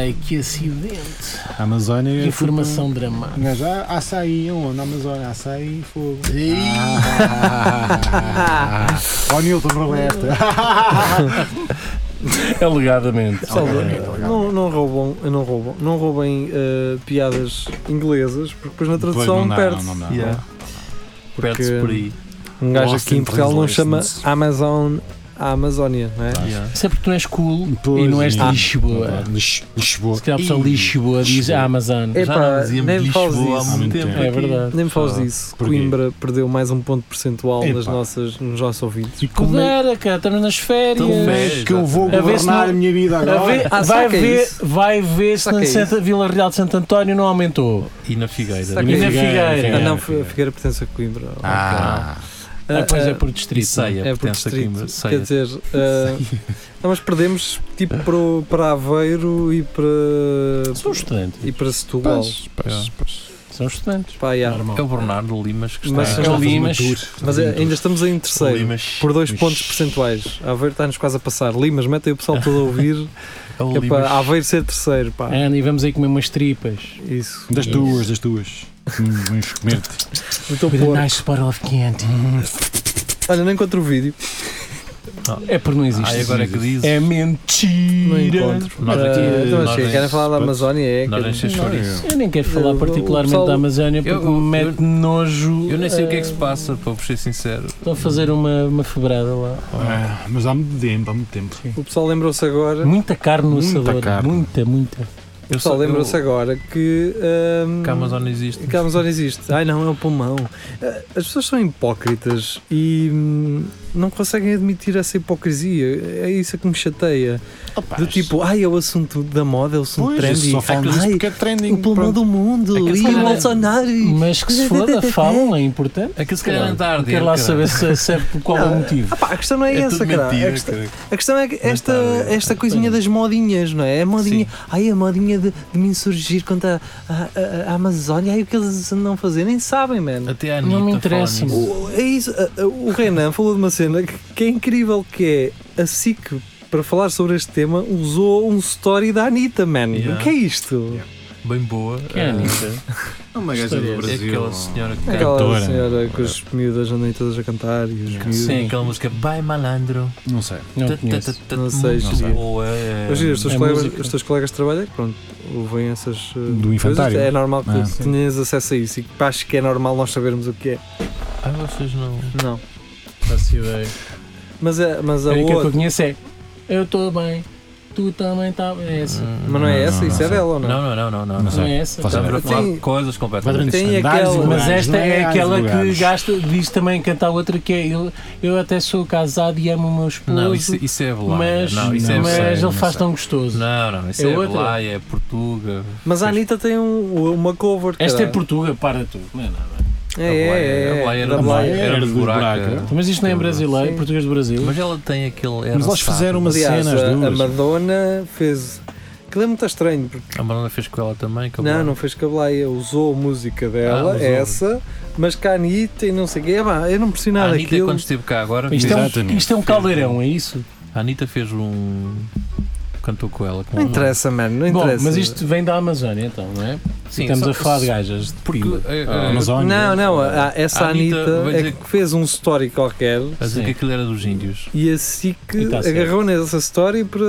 Ai, que acidente. É a Amazónia. Informação dramática. Mas já açaí, um, na Amazônia, açaí e fogo. Ah. <laughs> Ó Nilton Roberto. Alegadamente. Pessoal, não, não roubam, não roubam, não roubem eh, piadas inglesas, porque depois na tradução Pois, não dá, perde. não, não dá. Yeah. Perde-se por aí. Um gajo Lost aqui em in Portugal não chama translations. Amazon a Amazónia, não é? Ah. Yeah. Sempre que tu és cool Pois, e não és de ah, Lisboa. Lis- Lisboa. Se calhar a pessoa de Lisboa diz "Ah, Lisboa. Amazon. É Já pá, não dizíamos nem fales Lisboa há disso. muito tempo. É aqui. verdade. Nem me fales Ah, disso. porquê? Coimbra perdeu mais um ponto percentual nas Epá. nossas, nos nossos ouvidos. E como é Codera, cara, estamos nas férias. Tão como é Férias, que eu vou exato. A ver se governar não- a minha vida A agora? ver- Ah, vai, saca ver, isso. vai ver se Saca na isso. Santa Vila Real de Santo António não aumentou. E na Figueira. Saca- E na Figueira, Figueira. É. Ah, não, Figueira. Figueira, Figueira pertence a Coimbra. Ah, Ah, Ah, pois ah, é por E distrito. ceia, É por pertence a distrito. Coimbra. Quer Ceia. dizer, ah, não, mas perdemos tipo para, o- para Aveiro e São para, estudantes. e para Setúbal. pois, pois, pois. São estudantes. Pá, yeah. Normal. É o Bernardo Limas que está Mas É o Limas. Mas é, ainda estamos em terceiro. Limas. Por dois pontos percentuais. A Aveiro está-nos quase a passar. Limas, metem o pessoal todo a ouvir. É o que é para <laughs> Limas. Aveiro ser terceiro, pá. Ana, e vamos aí comer umas tripas. É. Isso. Das tuas, das tuas. Hum, Vamos <laughs> comer-te. Então, With pô, a nice bottle of Chianti. olha, não encontro o vídeo. É porque não existe. Ah, e agora é que dizes. É Não mentira. encontro. Nós Ah, aqui- então, nós achei, nem- querem falar da pronto. Amazónia? É, Nós nem que- sei chouriço. Eu nem quero Eu- falar particularmente o pessoal- da Amazónia porque Eu- eu- me mete nojo. Eu nem sei o que é que se eh, passa, para vos ser sincero. Estão a fazer uma, uma febrada lá. Ah, mas há muito tempo, há muito tempo. O pessoal lembrou-se agora. Muita carne no Muita assador. carne. Muita, muita. O pessoal lembrou-se agora que. hum, ahm, Que a Amazon existe. que a Amazónia existe. Ai não, é o pulmão. Ah, As pessoas são hipócritas e hum, não conseguem admitir essa hipocrisia. É isso que me chateia. Do tipo, ai, é o assunto da moda, é o assunto Pois, trendy. só falam disso ai, porque é trending. o pulmão pronto. do mundo É que se e o calhar- Bolsonaro. Mas que <laughs> se foda, falam, é importante. Aquilo se calhar não está a arder. Quero lá caralho. saber se, se é por qual é o Não, motivo. Ah pá, a questão não é, É essa, tudo cara. mentira, a, questão, cara. a questão é que esta, está a ver. esta coisinha das modinhas, não é? A modinha, ai, a modinha de, de me insurgir contra a, a, a Amazónia, ai, o que eles andam a fazer? Nem sabem, mano. Até a Anitta Não me fala interessa, nisso. O- É isso. a- a- O Renan falou de uma cena que, que é incrível, que é a SIC, para falar sobre este tema, usou um story da Anitta, man. Yeah. O que é isto? Bem boa. Que é, Anitta? Uma gaja do É Brasil. aquela senhora que Aquela canta. Cantora. senhora que os miúdas andam todas a cantar e os miúdos. Sim. Aquela música Vai Malandro. Não sei. Não Ta- ta- conheço. ta- ta- Não sei, Muito não sei. boa. é- Mas gira, os, teus É colegas, música. os teus colegas de trabalho é que, pronto, ouvem essas. uh, Do infantário. coisas. É normal que Ah, tu tenhas acesso a isso e que acho que é normal nós sabermos o que é. Ah, vocês não. Não. Faço ideia. Mas, é, mas A a única que é eu outra. conheço é Eu estou bem, tu também estavas. É essa. Ah. Mas não é essa, isso é dela ou não? Não, não, não, não. Não sei. Não é essa. Estamos a falar Tem- de coisas completamente tem diferentes. aquela- Mas esta é aquela que lugares. gasta, diz também cantar outra que é eu, eu até sou casado e amo o meu esposo. Não, isso, isso é Belém. mas não, isso é mas Belém, ele não faz sei. tão gostoso. Não, não, isso É é, é outra? Belém, é Portuga. Mas a Anitta tem um- uma cover. Esta é caralho. Portuga, para tu. Não é nada. É, é, é. A Belém era, da dos- Blaia. era dos buracos. Mas isto não é brasileiro, Sim. português do Brasil. Mas ela tem aquele. era Mas eles sábado. fizeram uma Aliás, cena, as a, a duas. Madonna fez. Aquilo é muito estranho. Porque A Madonna fez com ela também. com a Não, Belém. não fez cabeleia, usou a música Tá Ah, dela, usou. essa, mas com a Anitta e não sei o quê. Epá, eu não percebi nada a Anitta, é daquilo. quando esteve cá agora, Isto é, um, Exatamente. isto é um caldeirão, é isso? a Anitta fez um. Cantou com ela. Com um- Não interessa, mano, não Bom, interessa. mas isto vem da Amazónia então, não é? Sim, Estamos só- a falar de Ah, gajas de Porque. Pimba. eh, eh, Amazónia. Não, não, a- a- essa A Anitta, Anitta, vai é dizer que fez um story qualquer a dizer Sim. que aquilo era dos índios. e a SIC E tá certo. agarrou nessa story para.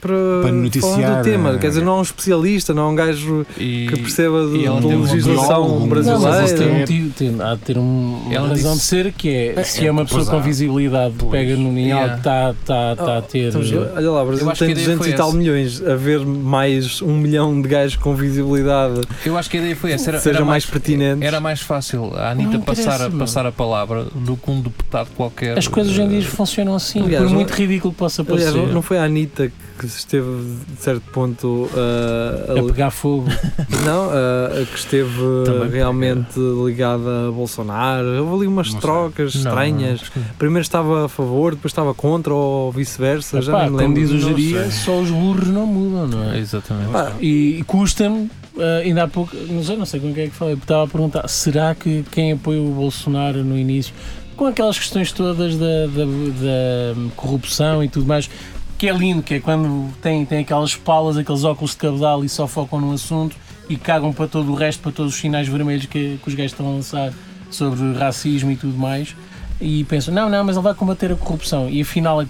Para, Para falar noticiar, do tema, eh, quer dizer, não há um especialista, não há um gajo E que perceba de, e ela de teve um legislação biólogo, um Não, mas eles têm assim. brasileira. um motivo- tem- há de ter um- uma Ela razão disse- de ser que é se é uma pessoa pois com há. visibilidade Pois, pega no em yeah. algo que está tá, tá Oh, a ter. Estamos- eh, olha lá, o Eu Brasil acho que tem a ideia 200 foi e tal essa. milhões, a ver mais um milhão de gajos com visibilidade Eu acho que a ideia foi essa. Era, seja era mais pertinente. Era mais fácil a Anitta Não interessa, passar, a- meu. passar a palavra do que um deputado qualquer. As coisas hoje em dia funcionam assim, É, Aliás, por não- muito ridículo que possa parecer. Aliás, não- não foi a Anitta que esteve de certo ponto ah, a pegar fogo. a- não, ah, que esteve É Também realmente ligada a Bolsonaro. Houve ali umas Não sei. trocas Não, estranhas. acho que- Primeiro estava a favor, depois estava contra ou vice-versa. Já Epá, nem me como lembro. diz o Não geria, sei. só os burros não mudam, não é? Exatamente. Pá, E, e custa-me, ah, ainda há pouco, não sei, não sei com quem é que falei, estava a perguntar, será que quem apoia o Bolsonaro no início, com aquelas questões todas da, da- da corrupção e tudo mais, que é lindo, que é quando tem, tem aquelas palas, aqueles óculos de cabedal e só focam num assunto e cagam para todo o resto, para todos os sinais vermelhos que, que os gajos estão a lançar sobre racismo e tudo mais, e pensam, não, não, mas ele vai combater a corrupção, e afinal é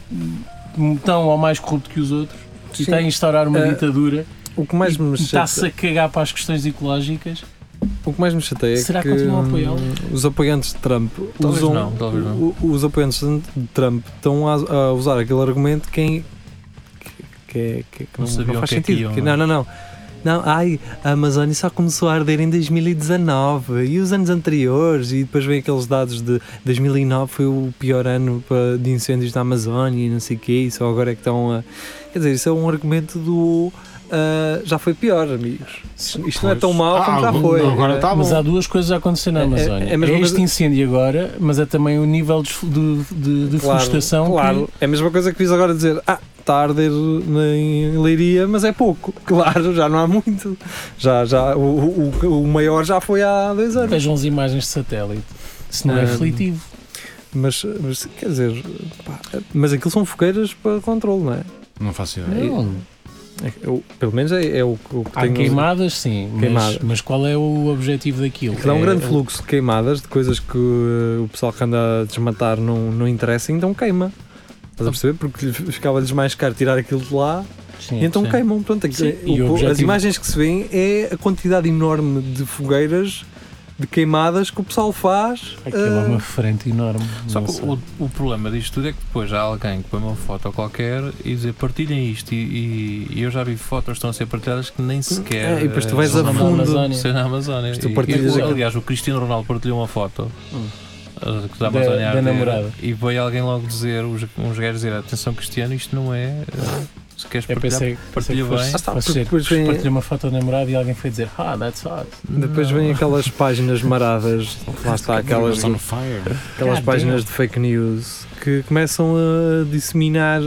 tão ou mais corrupto que os outros, e Sim. está a instaurar uma Ah, ditadura O que mais e- tá me e está-se chateia, a cagar para as questões ecológicas. o que mais me chateia é Será que que continuam a hum, apoiá-lo? os apoiantes de Trump Talvez um usam não, talvez não. o- os apoiantes de Trump estão a, a usar aquele argumento que, é- que, é- que, que Não não, sabiam não faz o que é que sentido. iam, que- não é? não, não, não. Não, ai, a Amazónia só começou a arder em 2019 e os anos anteriores, e depois vem aqueles dados de 2009 foi o pior ano para- de incêndios da Amazónia e não sei o quê, e só agora é que estão a. Quer dizer, isso é um argumento do. ah, já foi pior, amigos. Isto isto não é tão mau como já Ah, foi. Agora né? está mas bom. há duas coisas a acontecer na É- é- Amazónia. É, é a mesma este coisa- incêndio agora, mas é também o nível de, esfo- de, de, de Claro, florestação Claro, é a mesma coisa que fiz agora dizer, ah, está a arder na- em Leiria, mas é pouco. <laughs> Claro, já não há muito. Já, já, o, o, o maior já foi há dois que anos. vejam as imagens de satélite. Se não é Ah, aflitivo. Mas, mas, quer dizer, pá, mas aquilo são fogueiras para controle, não é? Não faço ideia. Não, É- eu- pelo menos é, é o, que- o que Hum, há tenho. queimadas, sim. mas- Queimada. Mas, qual é o objetivo daquilo? Que dá um É- grande fluxo de queimadas, de coisas que uh, o pessoal que anda a desmatar não, não interessa, então queima. Estás a Então. perceber? Porque lhe- ficava-lhes mais caro tirar aquilo de lá Sim, E então sim. queimam, portanto, aqui- Sim, e o- o objetivo- as imagens que se vêem é a quantidade enorme de fogueiras, de queimadas que o pessoal faz. Aquilo é ah, uma frente enorme. Só não que sei. o, o problema disto tudo é que depois há alguém que põe uma foto qualquer e dizer partilhem isto. E, e- e eu já vi fotos que estão a ser partilhadas que nem sequer. É, e depois tu eh, vais são a na fundo. Amazónia. São na Amazónia. Mas tu E- partilhas e- aquilo. aliás, o Cristiano Ronaldo partilhou uma foto Hum. eh, que da Da- Amazónia a da arder, namorada. E veio alguém logo dizer, uns, uns gajos dizer: atenção, Cristiano, isto não é. eh, se queres É, Eu partilhar, É, pensei, pensei que partilha bem. fosse, Ah, está, fosse porque ser, depois vem- partilhei uma foto da namorada e alguém foi dizer, ah, that's hot. Depois Não. vêm aquelas páginas maradas, lá está, Elas aquelas, estão no fire. aquelas God páginas de fake news que começam a disseminar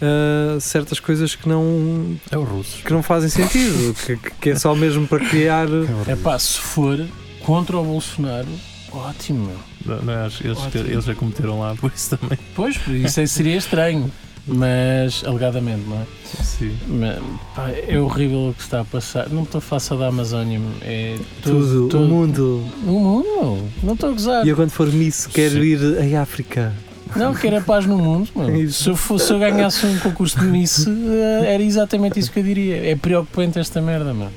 ah, certas coisas que não, É o russo. que não fazem sentido, que, que- que é só mesmo para criar. É pá, se for contra o Bolsonaro, ótimo. meu. Não, não é? Eles, Ótimo. eles já cometeram lá <laughs> por isso também. Pois, isso aí seria estranho, mas alegadamente, não é? Sim. Mas, pá, é horrível o que se está a passar. Não estou face da Amazónia, meu. é Tudo, tudo. o mundo. O mundo, meu. não estou a gozar. E eu, quando for Miss, quero ir à África. Não, quero a paz no mundo, mano. Isso. Se eu, fosse, se eu ganhasse um concurso de Miss, eh, era exatamente isso que eu diria. É preocupante esta merda, mano.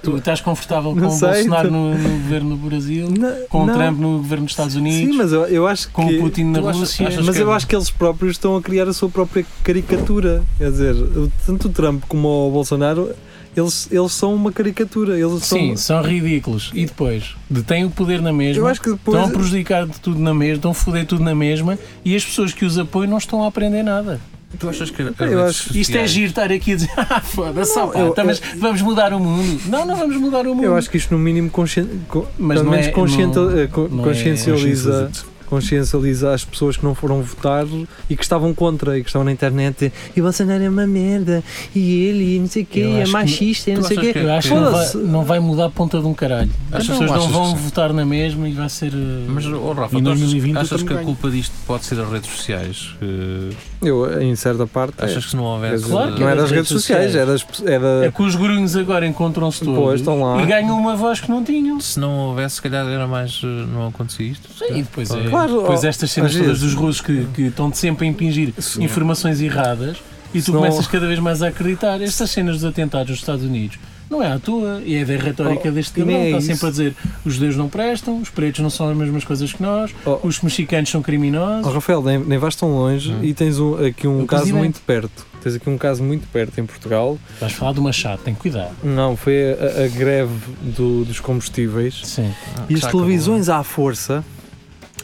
Tu estás confortável com Não o sei, Bolsonaro tu- no, no governo do Brasil, com o não. Trump no governo dos Estados Unidos. Sim, mas eu, eu acho com que. o Putin na Tu achas- Rússia. achas mas eu acho que é eles próprios estão a criar a sua própria caricatura. Quer dizer, o- tanto o Trump como o Bolsonaro, eles, eles são uma caricatura. Eles são, Sim, são ridículos. E depois? Detêm o poder na mesma. Eu acho que depois- Estão a prejudicar de tudo na mesma, estão a foder tudo na mesma e as pessoas que os apoiam não estão a aprender nada. Tu achas que Eu redes acho- Isto é sociais- giro estar aqui a dizer, <laughs> ah, foda-se, só pá, eu- tá, mas vamos mudar o mundo. Não, não vamos mudar o mundo. Eu acho que isto, no mínimo, conscien... co- Mas pelo não menos é- conscienta- não- eh, co- não é- consciencializa. consciencializa-te. Consciencializa as pessoas que não foram votar e que estavam contra e que estão na internet e o Bolsonaro é uma merda e ele e não sei o quê, Eu é acho que- machista e não tu sei o achas quê. que- Eu acho que não vai, Foda-se. não vai mudar a ponta de um caralho. As Então, pessoas não achas vão que- votar na mesma e vai ser. uh, Mas, oh, Rafa, Em tu achas- 2020 eu achas também que a ganho. culpa disto pode ser das redes sociais? Que- Eu, em certa parte, é. Achas que se não houvesse. Eh, Claro que não é é das das redes redes sociais, é das. É da- É que os grunhos agora encontram-se todos Pois, estão lá. e ganham uma voz que não tinham. Se não houvesse, se calhar era mais. eh, Não acontecia isto. E depois, é, Claro, depois oh, estas cenas às todas vezes. dos russos que, que estão sempre a impingir informações erradas e tu Se não- começas cada vez mais a acreditar. Estas cenas dos atentados nos Estados Unidos não é à toa e é da retórica Oh, deste e nem cabrão. é está isso. sempre a dizer os judeus não prestam, os pretos não são as mesmas coisas que nós, Oh. os mexicanos são Oh, criminosos. Rafael, nem, nem vais tão longe Hum. e tens um- aqui um O caso presidente. muito perto. Tens aqui um caso muito perto em Portugal. Vais falar de uma chata, tem cuidado. Não, foi a, a greve do- dos combustíveis. Sim. E as Já acabou, televisões é? à força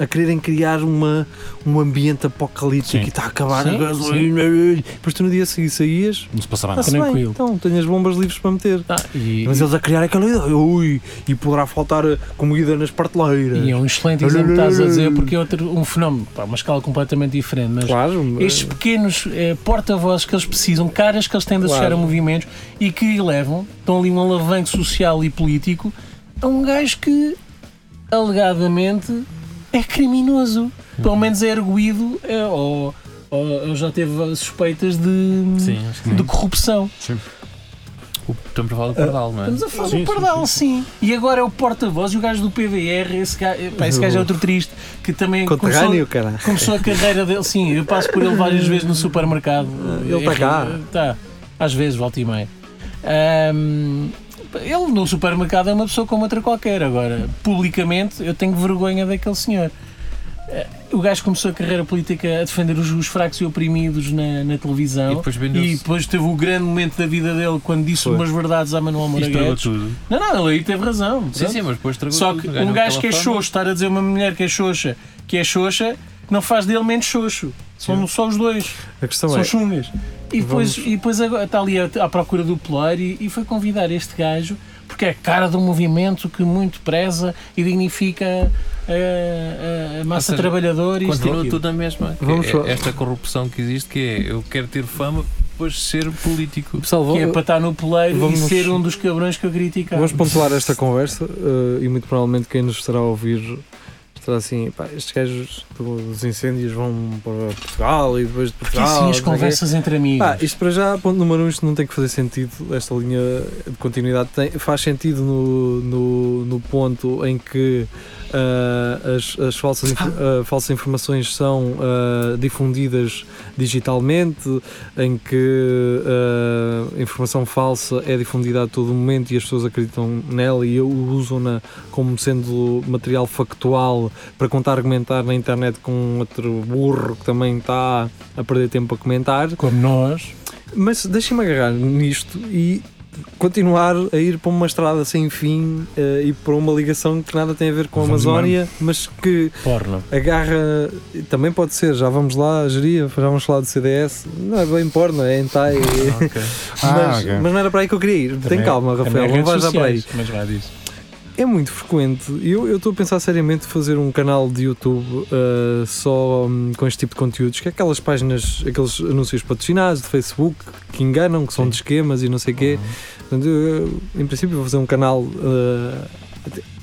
a quererem criar uma, um ambiente apocalíptico Sim. e está a acabar Sim, Ah, a gasolina. Depois tu no dia seguinte saías, Não se passava nada. está-se bem, Tranquilo. então tenho as bombas livres para meter. Ah, e, Mas eles a criar aquela ideia, ui, e poderá faltar eh, comida nas prateleiras. e é um eh, excelente exemplo que estás a <laughs> dizer porque é outro, um fenómeno, pá, uma escala completamente diferente. Mas Claro, mas- estes pequenos eh, porta-vozes que eles precisam, caras que eles têm de associar Claro. a movimentos e que levam, estão ali um alavanco social e político a um gajo que alegadamente é criminoso. Pelo menos é erguido eh, ou, ou- ou já teve suspeitas de, Sim, acho que de corrupção. o- Hum. estamos a falar do Pardal, não é? Ah, Estamos a falar Sim, do Pardal, sim, E agora é o porta-voz e o gajo do PBR. Esse gajo, pá, esse gajo é outro triste que também Conterrâneo, começou, cara. começou a carreira dele. Sim, eu passo por ele várias vezes no supermercado. Ele está cá. Está, às vezes, volta e meia. Ahm, ele no supermercado é uma pessoa como outra qualquer. Agora, publicamente, eu tenho vergonha daquele senhor. Ah, O gajo começou a carreira política a defender os, os fracos e oprimidos na, na televisão E depois e vendeu-se. depois teve o grande momento da vida dele quando disse Foi. umas verdades à Manuel E Moura estragou Guedes. tudo. Não, não, ele aí teve razão. Sim, pronto. sim, mas depois estragou Só tudo. que ganhou um gajo aquela que é fama. xoxo, estar a dizer uma mulher que é xoxa, que é xoxa, não faz dele menos xoxo. São só os dois, A questão são é, chungas. E depois, e depois agora está ali à, à procura do polar e, e foi convidar este gajo porque é a cara de um movimento que muito preza e dignifica eh, a, a- a massa Ou seja, trabalhadora e isto e Continua aquilo. tudo a mesma. que Vamos é falar- esta corrupção que existe, que é eu quero ter fama, depois ser político. pessoal, Que é vamos- para estar no poleiro Vamos- e ser um dos cabrões que eu criticar. Vamos pontuar esta conversa eh, e muito provavelmente quem nos estará a ouvir estará assim, pá, estes gajos dos incêndios vão para Portugal e depois de Porque Portugal. assim as não sei o quê. conversas entre amigos. Pá, isto para já, ponto número um, isto não tem que fazer sentido. Esta linha de continuidade tem- faz sentido no, no, no ponto em que ah, as, as falsas, inf- ah, falsas informações são ah, difundidas digitalmente, em que ah, a informação falsa é difundida a todo momento e as pessoas acreditam nela e usam-na como sendo material factual para contar argumentar na internet com outro burro que também está a perder tempo a comentar. Como nós. Mas deixem-me agarrar nisto e continuar a ir para uma estrada sem fim eh, e para uma ligação que nada tem a ver com a Vamos Amazónia, mas que Porno. agarra. Também pode ser, já vamos lá, geria, já vamos falar do CDS. Não é bem porno, é hentai. Ah, mas, ok. mas é- não era para aí que eu queria ir. Tem calma, Rafael, não vais já para aí. Mas vai disso. É muito frequente. Eu eu estou a pensar seriamente fazer um canal de YouTube ah, só hum, com este tipo de conteúdos, que é aquelas páginas, aqueles anúncios patrocinados de Facebook que enganam, que são de esquemas e não sei o quê. Portanto, eu, eu, em princípio, vou fazer um canal. ah,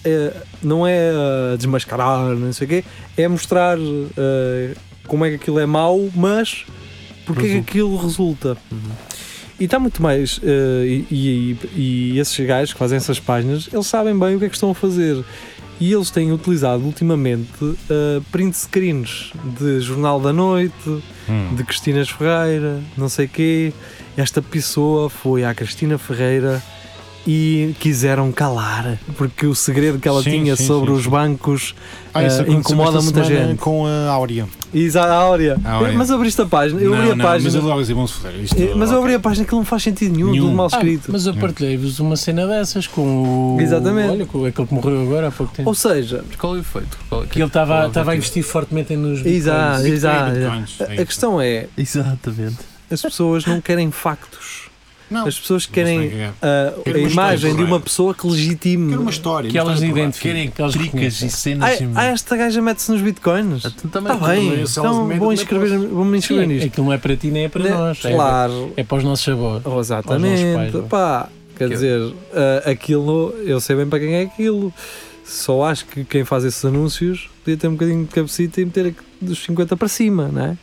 é- não é ah, desmascarar, não sei o quê, é mostrar ah, como é que aquilo é mau, mas porque é que aquilo resulta. E está muito mais. eh, e, e- e esses gajos que fazem essas páginas, eles sabem bem o que é que estão a fazer. E eles têm utilizado ultimamente eh, print screens de Jornal da Noite, Hum. de Cristinas Ferreira, não sei quê. Esta pessoa foi à Cristina Ferreira e quiseram calar, porque o segredo que ela Sim, tinha sim, sobre sim, os bancos Ah, isso eh, aconteceu incomoda esta muita semana gente. Com a Áurea. Exa a Áurea. A Áurea. Eh, Mas abriste a página, eu Ah, não, abri a não, página. Mas eu logo assim, vamos foder. Isto, Eh, Mas eu abri a página que não faz sentido nenhum, tudo mal escrito. Ah, mas eu partilhei-vos uma cena dessas com o. Exatamente. Olha, com aquele que morreu agora há pouco tempo. Ou seja, Qual é o efeito? Qual é que qual é ele estava o estava a objetivo? investir fortemente nos bitcoins. exato, Bitcoin, exato. bitcoins, exato. é A- A isso. questão é, Exatamente. as pessoas não querem factos. Não. As pessoas Não querem sei o é que é. ah, Quero a uma história imagem de porreira. uma pessoa que legitime. Quero uma história. Que uma elas história por lá. identifiquem. que elas Tricas e reconheçam. cenas. Ah, assim, ah, esta gaja mete-se nos bitcoins. Está tu também. bem, se elas então metem, vou também inscrever, vou-me inscrever Sim, nisto. Aquilo não é para ti nem é para Né? nós. É- Claro, É, para os nossos avós. Oh, pais, exatamente. não é? Pá, quer Que- dizer, ah, aquilo, eu sei bem para quem é aquilo. Só acho que quem faz esses anúncios podia ter um bocadinho de cabecita e meter dos 50 para cima, não é?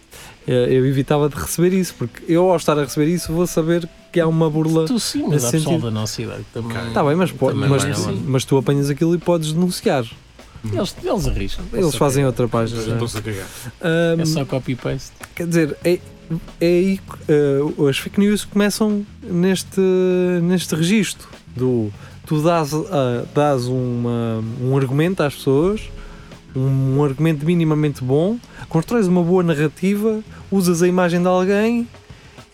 Eh, Eu evitava de receber isso, porque eu, ao estar a receber isso, vou saber que há uma burla. Tu sim, mas Nesse há pessoal sentido. da nossa idade que também. Está Tá bem, mas, po- Também mas, vai, é? tu- sim. mas tu apanhas aquilo e podes denunciar. Eles, eles arriscam. Eles fazem outra página. não é? Estão-se a cagar. Ahm, É só copy-paste. Quer dizer, é, é aí que eh, as fake news começam neste, neste registro do tu dás, ah, dás uma, um argumento às pessoas, um, argumento minimamente bom, constróis uma boa narrativa, usas a imagem de alguém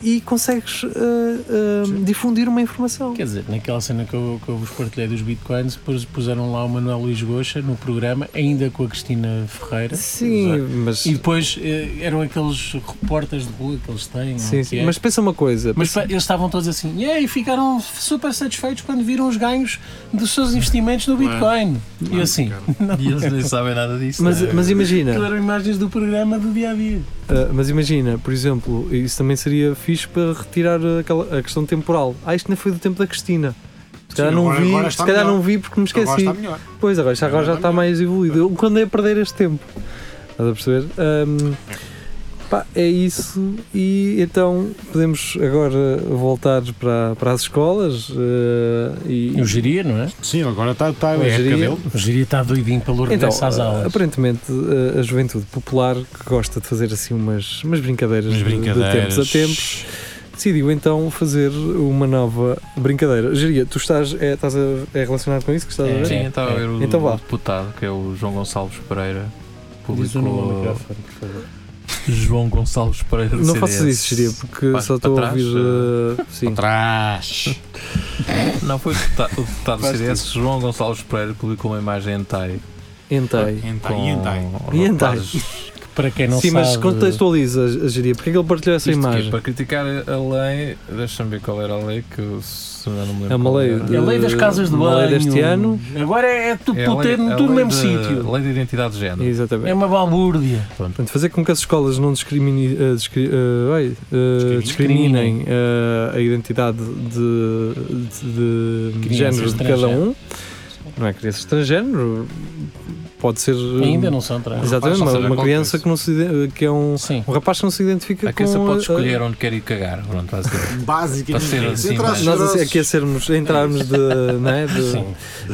e consegues ah, ah, difundir uma informação. Quer dizer, naquela cena que eu, que eu vos partilhei dos bitcoins, pus- puseram lá o Manuel Luís Goxa no programa, ainda com a Cristina Ferreira. Sim, mas, E depois eh, eram aqueles repórteres de rua que eles têm. não sim, é sim, que é. mas pensa uma coisa. Mas pensa- pa- eles estavam todos assim, "Yeah", e ficaram super satisfeitos quando viram os ganhos dos seus investimentos no Bitcoin. E eu assim, <laughs> E eles nem sabem nada disso. né? mas, mas imagina. eh, aquilo eram imagens do programa do dia a dia. Uh, mas imagina, por exemplo, isso também seria fixe para retirar aquela, a questão temporal. Ah, isto ainda foi do tempo da Cristina. Se calhar, não, agora- vi, agora se está calhar melhor. não vi porque me Agora esqueci. está melhor. pois, agora, já- agora já está mais evoluído. Eu, quando é perder este tempo? Estás a perceber? Um, pá, é isso. E então podemos agora voltar para, para as escolas uh, e. E o Geria, não é? Sim, agora está está a Eu época diria- dele. O Geria está doidinho pelo Então, regresso às aulas. aparentemente, ah, a- a juventude popular que gosta de fazer assim umas, umas brincadeiras, de- Umas de tempos a tempos, decidiu então fazer uma nova brincadeira. Geria, tu estás, é, estás a, é relacionado com isso que estás a É. ver? Sim, eu estava a ver o, Então vá. o deputado, que é o João Gonçalves Pereira. Diz o nome ao Publicou microfone, por favor. João Gonçalves Pereira do Não CDS. faças isso, Geria, porque Vai, só é. para estou a trás, ouvir. eh, uh, sim. Trás. Não, foi o deputa- o deputado do CDS, João Gonçalves Pereira, publicou uma imagem hentai. Entai. Entai, com e entai. E hentai. rapazes. Que Para quem não Sim, sabe... mas contextualiza a Geria, porque é que ele partilhou essa Isto que é imagem? Para criticar a lei, deixa-me ver qual era a lei, que eu se não me lembro. É uma qual lei era. É a lei das casas de Uma banho. lei deste ano. Agora é, é tudo, É a tudo, lei- a tudo no lei mesmo de- sítio. Lei de identidade de género. É Exatamente. uma balbúrdia. Portanto, fazer com que as escolas não discrimine, eh, discri- eh, ai, eh, discriminem eh, a identidade de, de, de Crianças género de cada um. Não é criança transgénero, pode ser. eh, Ainda não são trans. Exatamente, Pode uma, ser uma qualquer criança que, não se, ide- que é um, Sim. um rapaz que não se identifica A com. criança pode a- escolher onde quer ir cagar. Pronto, basicamente. Para Basicamente. ser é isso. assim, Entre mas- as Nós assim, grossos, aqui a sermos, a entrarmos de, né, Sim.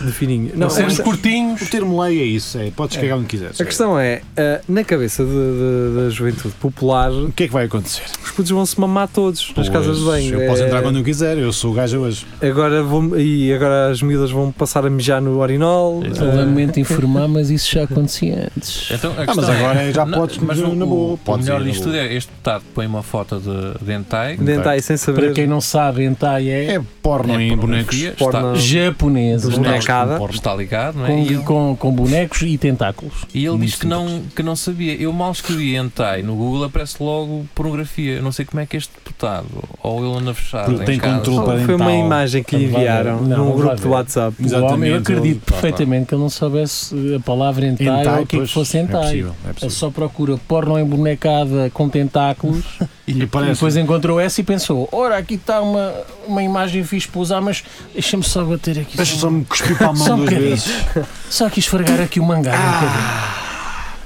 de, de fininho. Não, Não, a, Sermos mas- questão, curtinhos. O termo lei é isso, é, podes cagar onde quiseres. a questão é, eh, na cabeça de- de- da juventude popular, O que é que vai acontecer? os putos vão-se mamar todos nas casas de banho. Eu posso É- entrar quando eu quiser, eu sou o gajo hoje. Agora, vou, e agora as miúdas vão passar a mijar no urinol. Exato. eh, Lamento informar, mas isso já acontecia antes. Então, a Ah, mas questão agora é, já não, podes mas comer o- na boa, O podes melhor ir na disto boa. tudo é este deputado põe uma foto de, de hentai. dentro tá aí sem Para saber. quem não sabe, hentai é, É porno em bonecos. pornografia, Porno- Está, japonesa. Bonecos. Bonecada. Porno. está ligado, não é? E Com, ele- com, com bonecos e tentáculos. E ele diz Muitos que não, que não sabia. Eu mal escrevi hentai no Google, aparece logo pornografia. Eu não sei como é que este deputado, ou ele anda fechado. Porque em tem casa. controle para Foi uma dental. imagem que lhe Então, Não vai ver. enviaram Não, num não grupo vai de ver. WhatsApp. O homem, eu acredito Exatamente, ele- perfeitamente que ele não soubesse eh, a palavra hentai, ou o que é que pois, fosse É hentai. possível, é ele possível. só procura porno embonecada com tentáculos E e parece depois é encontrou essa e pensou: ora, aqui está uma, uma imagem fixe para usar, mas deixa-me só bater aqui. Deixa só me cuspir para a Só mão um duas bocadinho. vezes. Só aqui esfregar aqui o mangá. um Ah! bocadinho.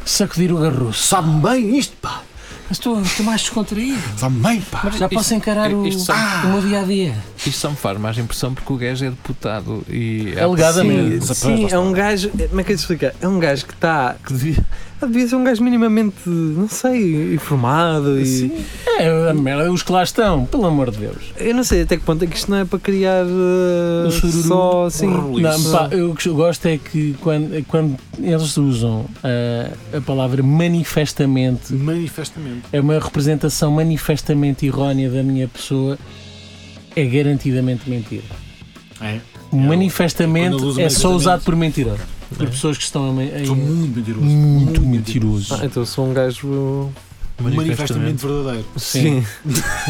Sacudir o garruço. Sabe-me bem isto, pá. Mas estou estou mais descontraído. Sabe-me bem, pá. Já posso encarar o, isto só- o meu dia a dia. Isto só me faz mais impressão porque o gajo é deputado e é É Sim, <laughs> Sim, é um gajo. Como é que eu te explicar? É um gajo que está. Que devia, ah, devia ser um gajo minimamente, não sei, informado e. É, a merda, os que lá estão, pelo amor de Deus. Eu não sei até que ponto é que isto não é para criar eh, O Um sururu. só assim. Não, pá, eu, o que eu gosto é que quando, quando eles usam ah, a palavra manifestamente, Manifestamente. é uma representação manifestamente errónea da minha pessoa, é garantidamente mentira. É. manifestamente Quando ele usa é só manifestamente- usado por mentiroso. Por pessoas que estão a. ma- em- Sou muito mentiroso. Muito mentiroso. Ah, então sou um gajo. Manifestamente verdadeiro. Sim.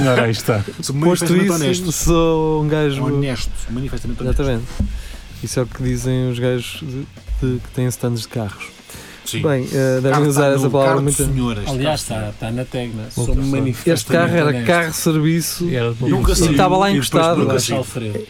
Ora, aí está. Sou Posto manifestamente isso, honesto. sou um gajo. Honesto. Manifestamente honesto. Exatamente. Isso é o que dizem os gajos de- de- que têm stands de carros. Sim. Bem, eh, devem Carro- usar carro- essa palavra carro de muito. senhoras. Aliás, está, está na tecna. Outra Sou pessoa. manifestamente. Este carro era né? honesto. carro-serviço E <laughs> era de uma Nunca e saiu, estava lá e um depois encostado. nunca Era saiu. Alfredo.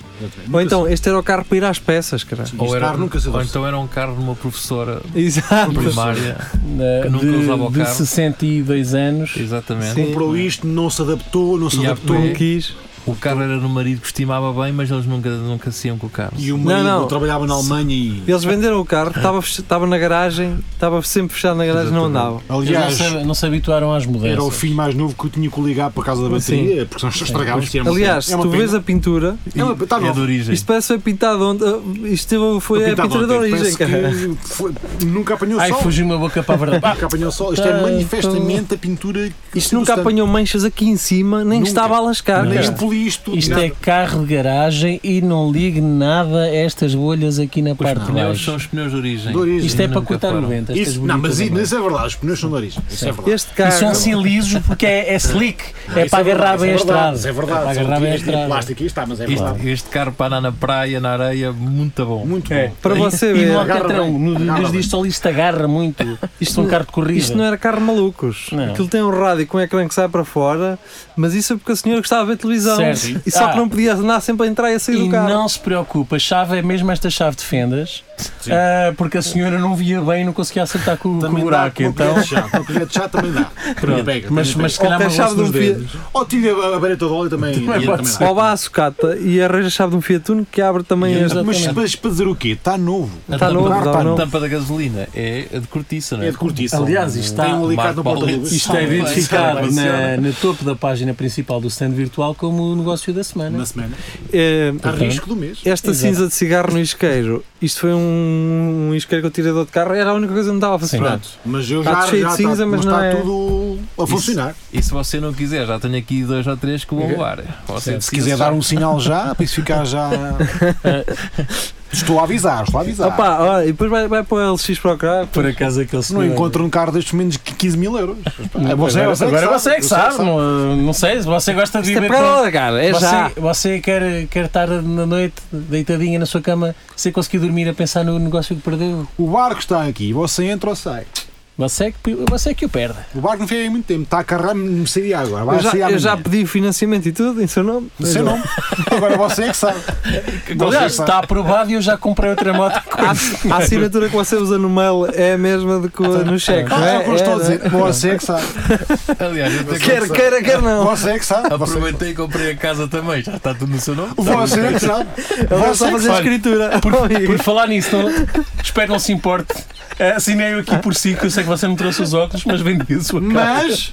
Ou então, este era o carro para ir às peças, cara. é assim. Sim. ou, Este era, carro nunca se ou adorce. então era um carro de uma professora Exato. primária. Na- Que nunca usava o Eh, De, de carro. 62 anos. Exatamente. Sim. Comprou isto, não se adaptou, não se E há adaptou. Não quis. O carro era do marido que estimava bem, mas eles nunca, nunca se iam com o carro. E o Não, marido não. trabalhava na Alemanha e. Eles venderam o carro, estava, fech- estava na garagem, estava sempre fechado na garagem, não andava. Eles não Aliás, se, não se habituaram às mudanças. era o filho mais novo que eu tinha que ligar por causa da bateria, porque nós estragávamos. Aliás, se tu vês a pintura, É uma, tá é de novo. origem. isto parece que foi pintado ontem. Isto teve- foi a Pintado pintura da ontem. origem, Parece cara. que foi- nunca apanhou Ai, sol. fugiu uma boca para a verdade. Nunca apanhou sol. Isto é Tá, manifestamente a pintura que Isto nunca apanhou manchas aqui em cima, nem Nunca. estava a lascar, Nem cara. expoli isto. Isto é carro de garagem e não ligue nada a estas bolhas aqui na é Os parte de pneus baixo. são os pneus de origem. De origem. Isto é para Nunca cortar foram. 90. estas Isso, não, bonitas mas i- agora. mas isso é verdade, os pneus são de origem. Isso é um verdade. Este E carro. são assim lisos porque é, é slick, é para agarrar bem a estrada. Isso é É para verdade. agarrar bem a São tiras de estrada. plástico, isto está, mas é verdade. Este, este carro para andar na praia, na areia, muito bom. Muito É. bom. Para você E ver, no Agarra Alcatrão, bem. no- Agarra nos bem. diz só isto agarra muito. Isto é um carro de corrida. Isto não era carro de malucos. Não. Aquilo tem um rádio com um ecrã que sai para fora, mas isso é porque a senhora gostava de ver televisão. Certo. E só Ah. que não podia andar sempre a entrar e a sair E do carro. não se preocupa, a chave é mesmo esta chave de fendas, ah, porque a senhora não via bem e não conseguia acertar com, com o Também dá, buraco. com o Então, colher de chá, com o colher de chá <laughs> também dá. Também pega, mas, também mas se pega. calhar Ou até a chave magoa-se nos de um Fiat. dedos. Ou tira a bareta de óleo também. Também pode dá. ser. Ou vá à sucata e arranja a chave de um Fiat Uno que abre também E a. usa- Mas Exatamente. para- para dizer o quê? Está novo. A Está tampa- novo, está a novo. tampa da gasolina é de cortiça, não é? É de cortiça. Aliás, isto está- Tem um alicate Marco no porta-luvas. Paulo. Isto é Salve, identificado salve, na, senhora. no topo da página principal do stand virtual como o negócio da semana. Na semana. É, A Portanto, risco do mês. Esta Exato. cinza de cigarro no isqueiro, isto foi um, um isqueiro que eu tirei do outro carro, era a única coisa que me dava a funcionar. Pronto. Mas eu Está já cheio de já cinza, está mas mas não está é- tudo a é, funcionar. E se você não quiser, já tenho aqui dois ou três que vou levar. Você Se é quiser dar um sinal já, para isso <laughs> ficar já. Estou a avisar, estou a avisar. Opa, olha, e depois vai, vai para o LX procurar. Por acaso aquele Se não encontro um carro destes menos que 15 mil euros. é- Agora, agora você é que sabe, não, não sei, se você gosta de Isto é viver para com- ela, cara, é já. Você, você quer, quer estar na noite deitadinha na sua cama sem conseguir dormir a pensar no negócio que perdeu? O barco está aqui, você entra ou sai. Você é que, você é que o perde. O barco não fez aí muito tempo, está a carregar, me sairia agora. Vai Eu já, sair eu já amanhã. pedi financiamento e tudo em seu nome. Seu nome. Agora você é que sabe. Você Aliás, sabe. está aprovado e eu já comprei outra moto. A, a assinatura que você usa no mail é a mesma de que no cheque, não Ah, é o é? que eu estou É, a não é? dizer. Você é que sabe. Aliás, eu até Quer queira, quer não. Você é que sabe. Você é que sabe. aproveitei e comprei a casa também. Já está tudo no seu nome. Você é que sabe. Agora Você só é que fazer a sabe. escritura. <laughs> Por falar nisso, não- espero que não se importe. Eh, Assinei-o aqui por si, que eu sei que você não trouxe os óculos, mas vendi a sua cara. Mas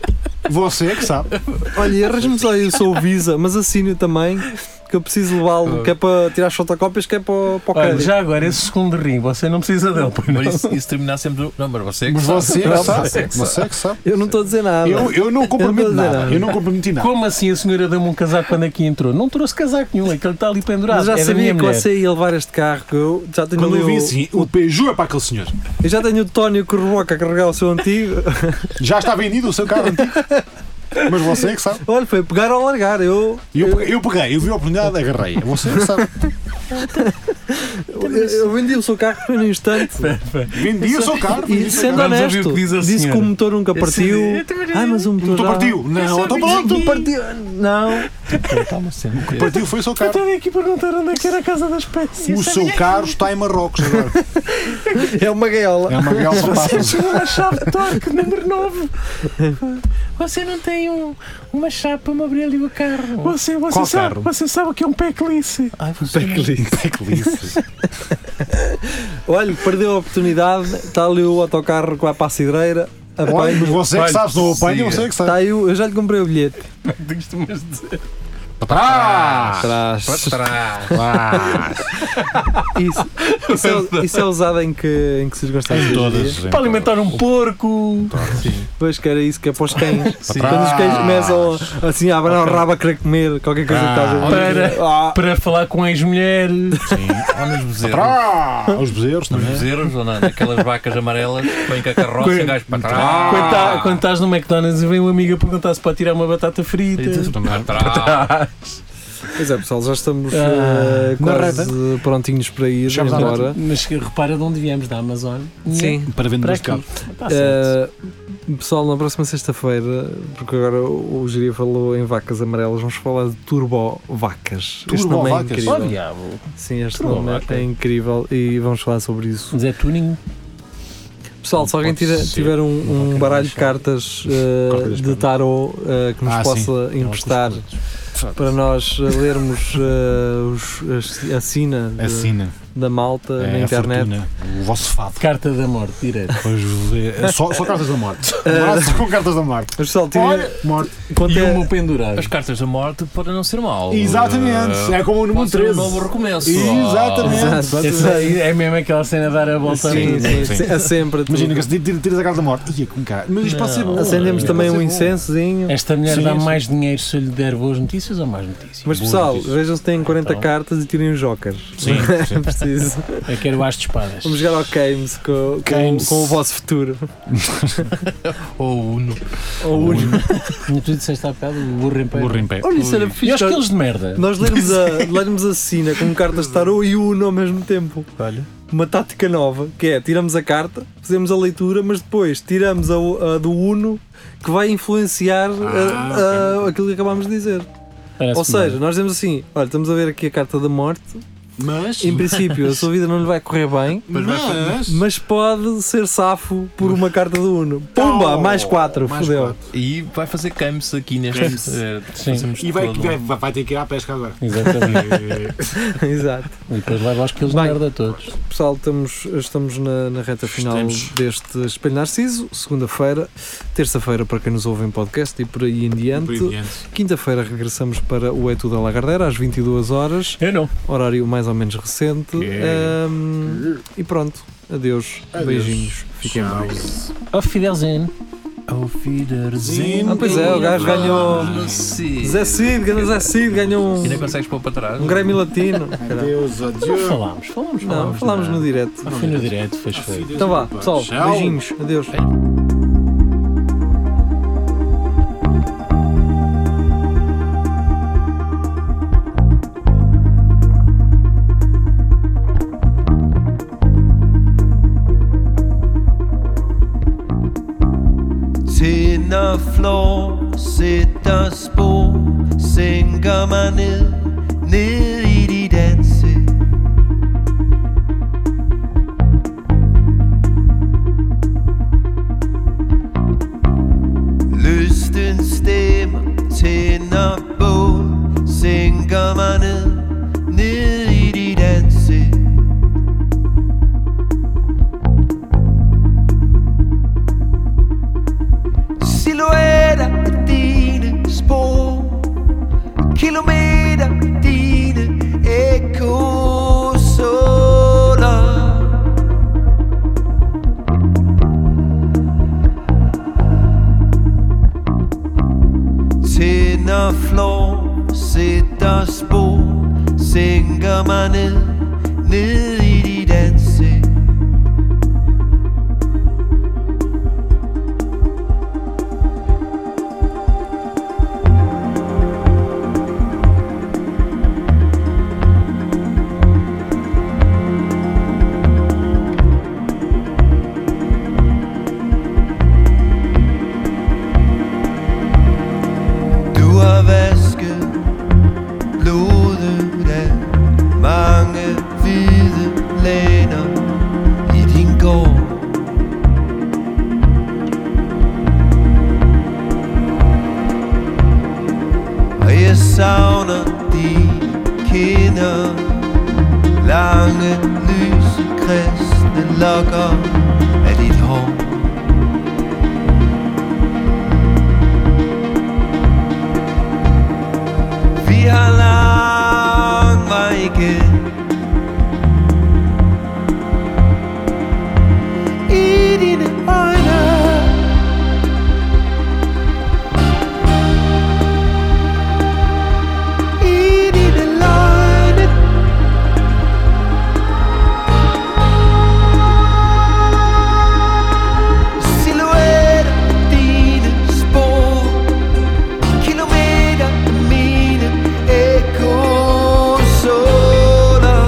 você é que sabe. Olha, arras-me só, eu sou o Visa, mas assino também que eu preciso levá-lo, que é para tirar as fotocópias, que é para, para o Olha, crédito. já agora, esse segundo rim, você não precisa dele, pois não? Mas isso, isso terminar sempre no. Não, mas você é que Mas sabe. você é que sabe. Você é que sabe. Eu não estou a dizer nada. Eu, eu não comprometo nada. Eu não comprometi nada. Como assim a senhora deu-me um casaco quando aqui entrou? Não trouxe casaco nenhum, aquele está ali pendurado. Mas já é da sabia minha que mulher. você ia levar este carro, que eu já tenho Quando ali eu vi o- assim, o Peugeot é para aquele senhor. eu já tenho o Tónio Corroca a carregar o seu antigo. Já está vendido o seu carro <laughs> antigo. Mas você é que sabe. Olha, foi pegar ou largar. Eu, E Eu peguei, eu peguei, eu vi a oportunidade, agarrei. Você é que sabe. eu, eu vendi o seu carro no instante. Vendi o seu carro. vendi E o seu sendo carro. Vamos ouvir honesto, o que diz a disse que o senhora. motor nunca partiu. Ah, mas o motor. Então já- partiu. Não, então Mas o pronto. motor partiu. Não. Partiu foi o seu carro. Estava aqui a perguntar onde é que era a casa das peças. O seu carro está em Marrocos agora. É uma gaiola. É uma gaiola para Chegou a chave de toque, número 9. Você não tem ali um, uma chapa, uma abrir ali o carro. Você, você, Qual sabe, carro? você sabe o que é um peclice? Ai, você. Peclice. Peclice. Olha, perdeu a oportunidade, está ali o autocarro que vai para a cidreira. Olha, apanha. você é que Olha, sabe, sou o apanho, siga. você é que sabe. Está Tá aí, o- eu já lhe comprei o bilhete. Costumas dizer. Para trás. Para trás. Isso, <laughs> isso é, isso é usado em que, em que circunstâncias? Em todas, diria? em Para alimentar um porco. Sim. Pois que era isso, que é para os cães. Sim. Quando os cães começam assim a abrir o rabo a querer comer, qualquer coisa que estás a Para, Ah. para falar com ex-mulher. Ou nos bezerros. Trás. Os Nos bezerros também. bezerros ou não? Naquelas vacas amarelas, põem com a carroça e Quando- gajo para Quando, tá- trás. quando estás no McDonald's e vem uma amiga perguntar se pode tirar uma batata frita. E tu- Para trás. Para trás. Pois é, pessoal, já estamos Ah, eh, na quase prontinhos para ir Chegámos à embora. Mas que repara de onde viemos, da Amazon. Sim. Uhum. Para Para vender mais aqui. caro. Tá certo. Eh, pessoal, na próxima sexta-feira, porque agora o Giria falou em vacas amarelas, vamos falar de turbo-vacas. Este nome é Turbo-vacas. incrível. Oh, diabo. Sim, este Turbo nome vaca. é incrível e vamos falar sobre isso. Mas é tuning. Pessoal, se alguém Pode tiver, ser. tiver um, um baralho de cartas eh, Qualquer coisa de tarot eh, que nos Ah, possa emprestar para nós eh, lermos eh, os- as- a sina de- Assina. da malta É na a internet. fortuna. O vosso fado. Carta da morte, direto. Pois vê- é Só, só cartas <laughs> da morte. Braços com cartas da morte. Mas, pessoal, tive, Olha, morte. quanto E é- uma pendurada. As cartas da morte podem não ser mal. Exatamente. É como o número Pode ser um 13. novo recomeço. <laughs> Exatamente. Exato. Essa exatamente. aí é mesmo aquela cena de dar a volta a Sim, tudo. sim, sim. sim, é sempre. tudo. Imagina que se tira- tiras a carta da morte. Ia com cara. Mas isto pode ser bom. Acendemos Isto também pode um ser bom. É incensozinho. Esta mulher Sim, dá sim. mais dinheiro se eu lhe der boas notícias ou más notícias? Mas Boas pessoal, notícias. vejam se têm 40 Então. cartas e tirem os jokers. <laughs> Sim, É preciso. Eu quero o as de espadas. Vamos jogar ao Games com, com- Games. com o vosso futuro. Ou o Uno. Ou Uno. Como tu disseste há bocado, o burro em pé. Burro em pé. Olha, isso era E aos fixe. quilos de merda. Nós lermos a, lermos a Sina com cartas de tarô e o Uno ao mesmo tempo. Olha. Uma tática nova, que é tiramos a carta, fazemos a leitura, mas depois tiramos a, a do Uno que vai influenciar Ah, a- a- aquilo que acabámos de dizer. Parece Ou que seja, nós dizemos assim: olha, estamos a ver aqui a carta da morte. Mas. Em princípio, a sua vida não lhe vai correr bem, Mas. mas pode ser safo por uma carta do Uno. Pumba! Oh, mais quatro, mais fodeu. quatro. E vai fazer camps aqui neste. Camps. eh, Sim. fazemos E vai, todo um- vai, vai ter que ir à pesca agora. não. Exatamente. <laughs> <laughs> Exato. E depois leva aos quilos de Bem. merda a todos. Pessoal, estamos, estamos na, na reta final Estamos. deste Espelho Narciso, segunda-feira, terça-feira para quem nos ouve em podcast e por aí em diante. Quinta-feira regressamos para o É Tudo da Lagardeira às 22 horas, Eu não. horário mais ou menos recente. Ok. Ahm, e pronto, adeus, beijinhos, fiquem bem. Ó Fidelzinho. Auf Wiedersehen. Ah, pois é, o gajo ganhou. Zé Cid, grande Zé Cid, ganhou um, Ainda consegues pôr para trás? um Grêmio Latino. Caralho. Adeus, Não adeus. falámos, falámos, Não, falámos. falámos no direto. Foi no direto, fez feio. Então vá, pessoal, Tchau. beijinhos, adeus. Tinder floor, sæt dig spor, sænker mig ned, ned i dit ansigt. Lysten stemmer, tænder bål, sænker mig ned, ned i dit ansigt. Silhuetter af dine spor Kilometer af dine ekosåler Tænder flår, sætter spor Sænker mig ned, ned i dit ansigt Du har vasket blodet af mange hvide plus kristne lokker af dit hår. Vi har lang vej igen I dine øjne i dine løgne. Silhouetter, dine spor. Kilometer, mine ekkosoler.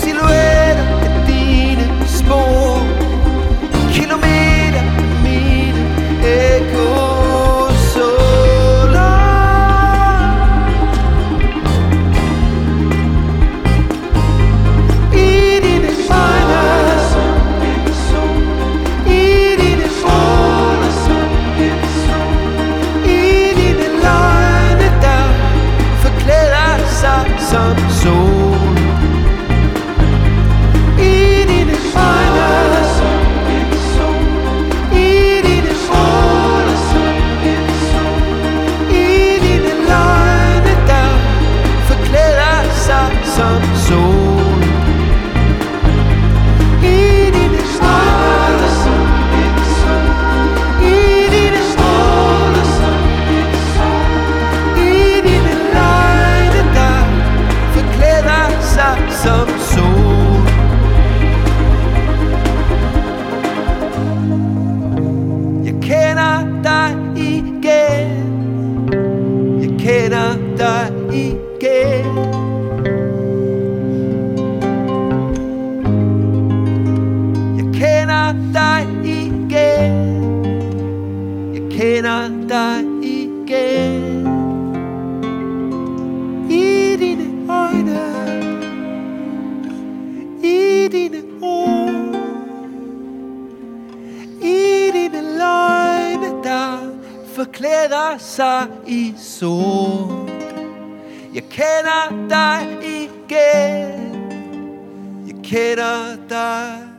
Silhouetter, dine spor. Kilometer, mine ekkosoler. I dine øjne, i dine ord, i dine løgne, der forklæder sig som sol. I dine øjne, i dine ord, i dine løgne, der forklæder sig som sol. I dine øjne, i dine ord, i dine løgne, der forklæder sig som sol. Jeg kender dig igen Jeg kender dig igen Jeg kender dig igen Jeg kender dig igen I dine øjne I dine ord i dine løgne, der forklæder sig i sol. Jeg kender dig igen. Jeg kender dig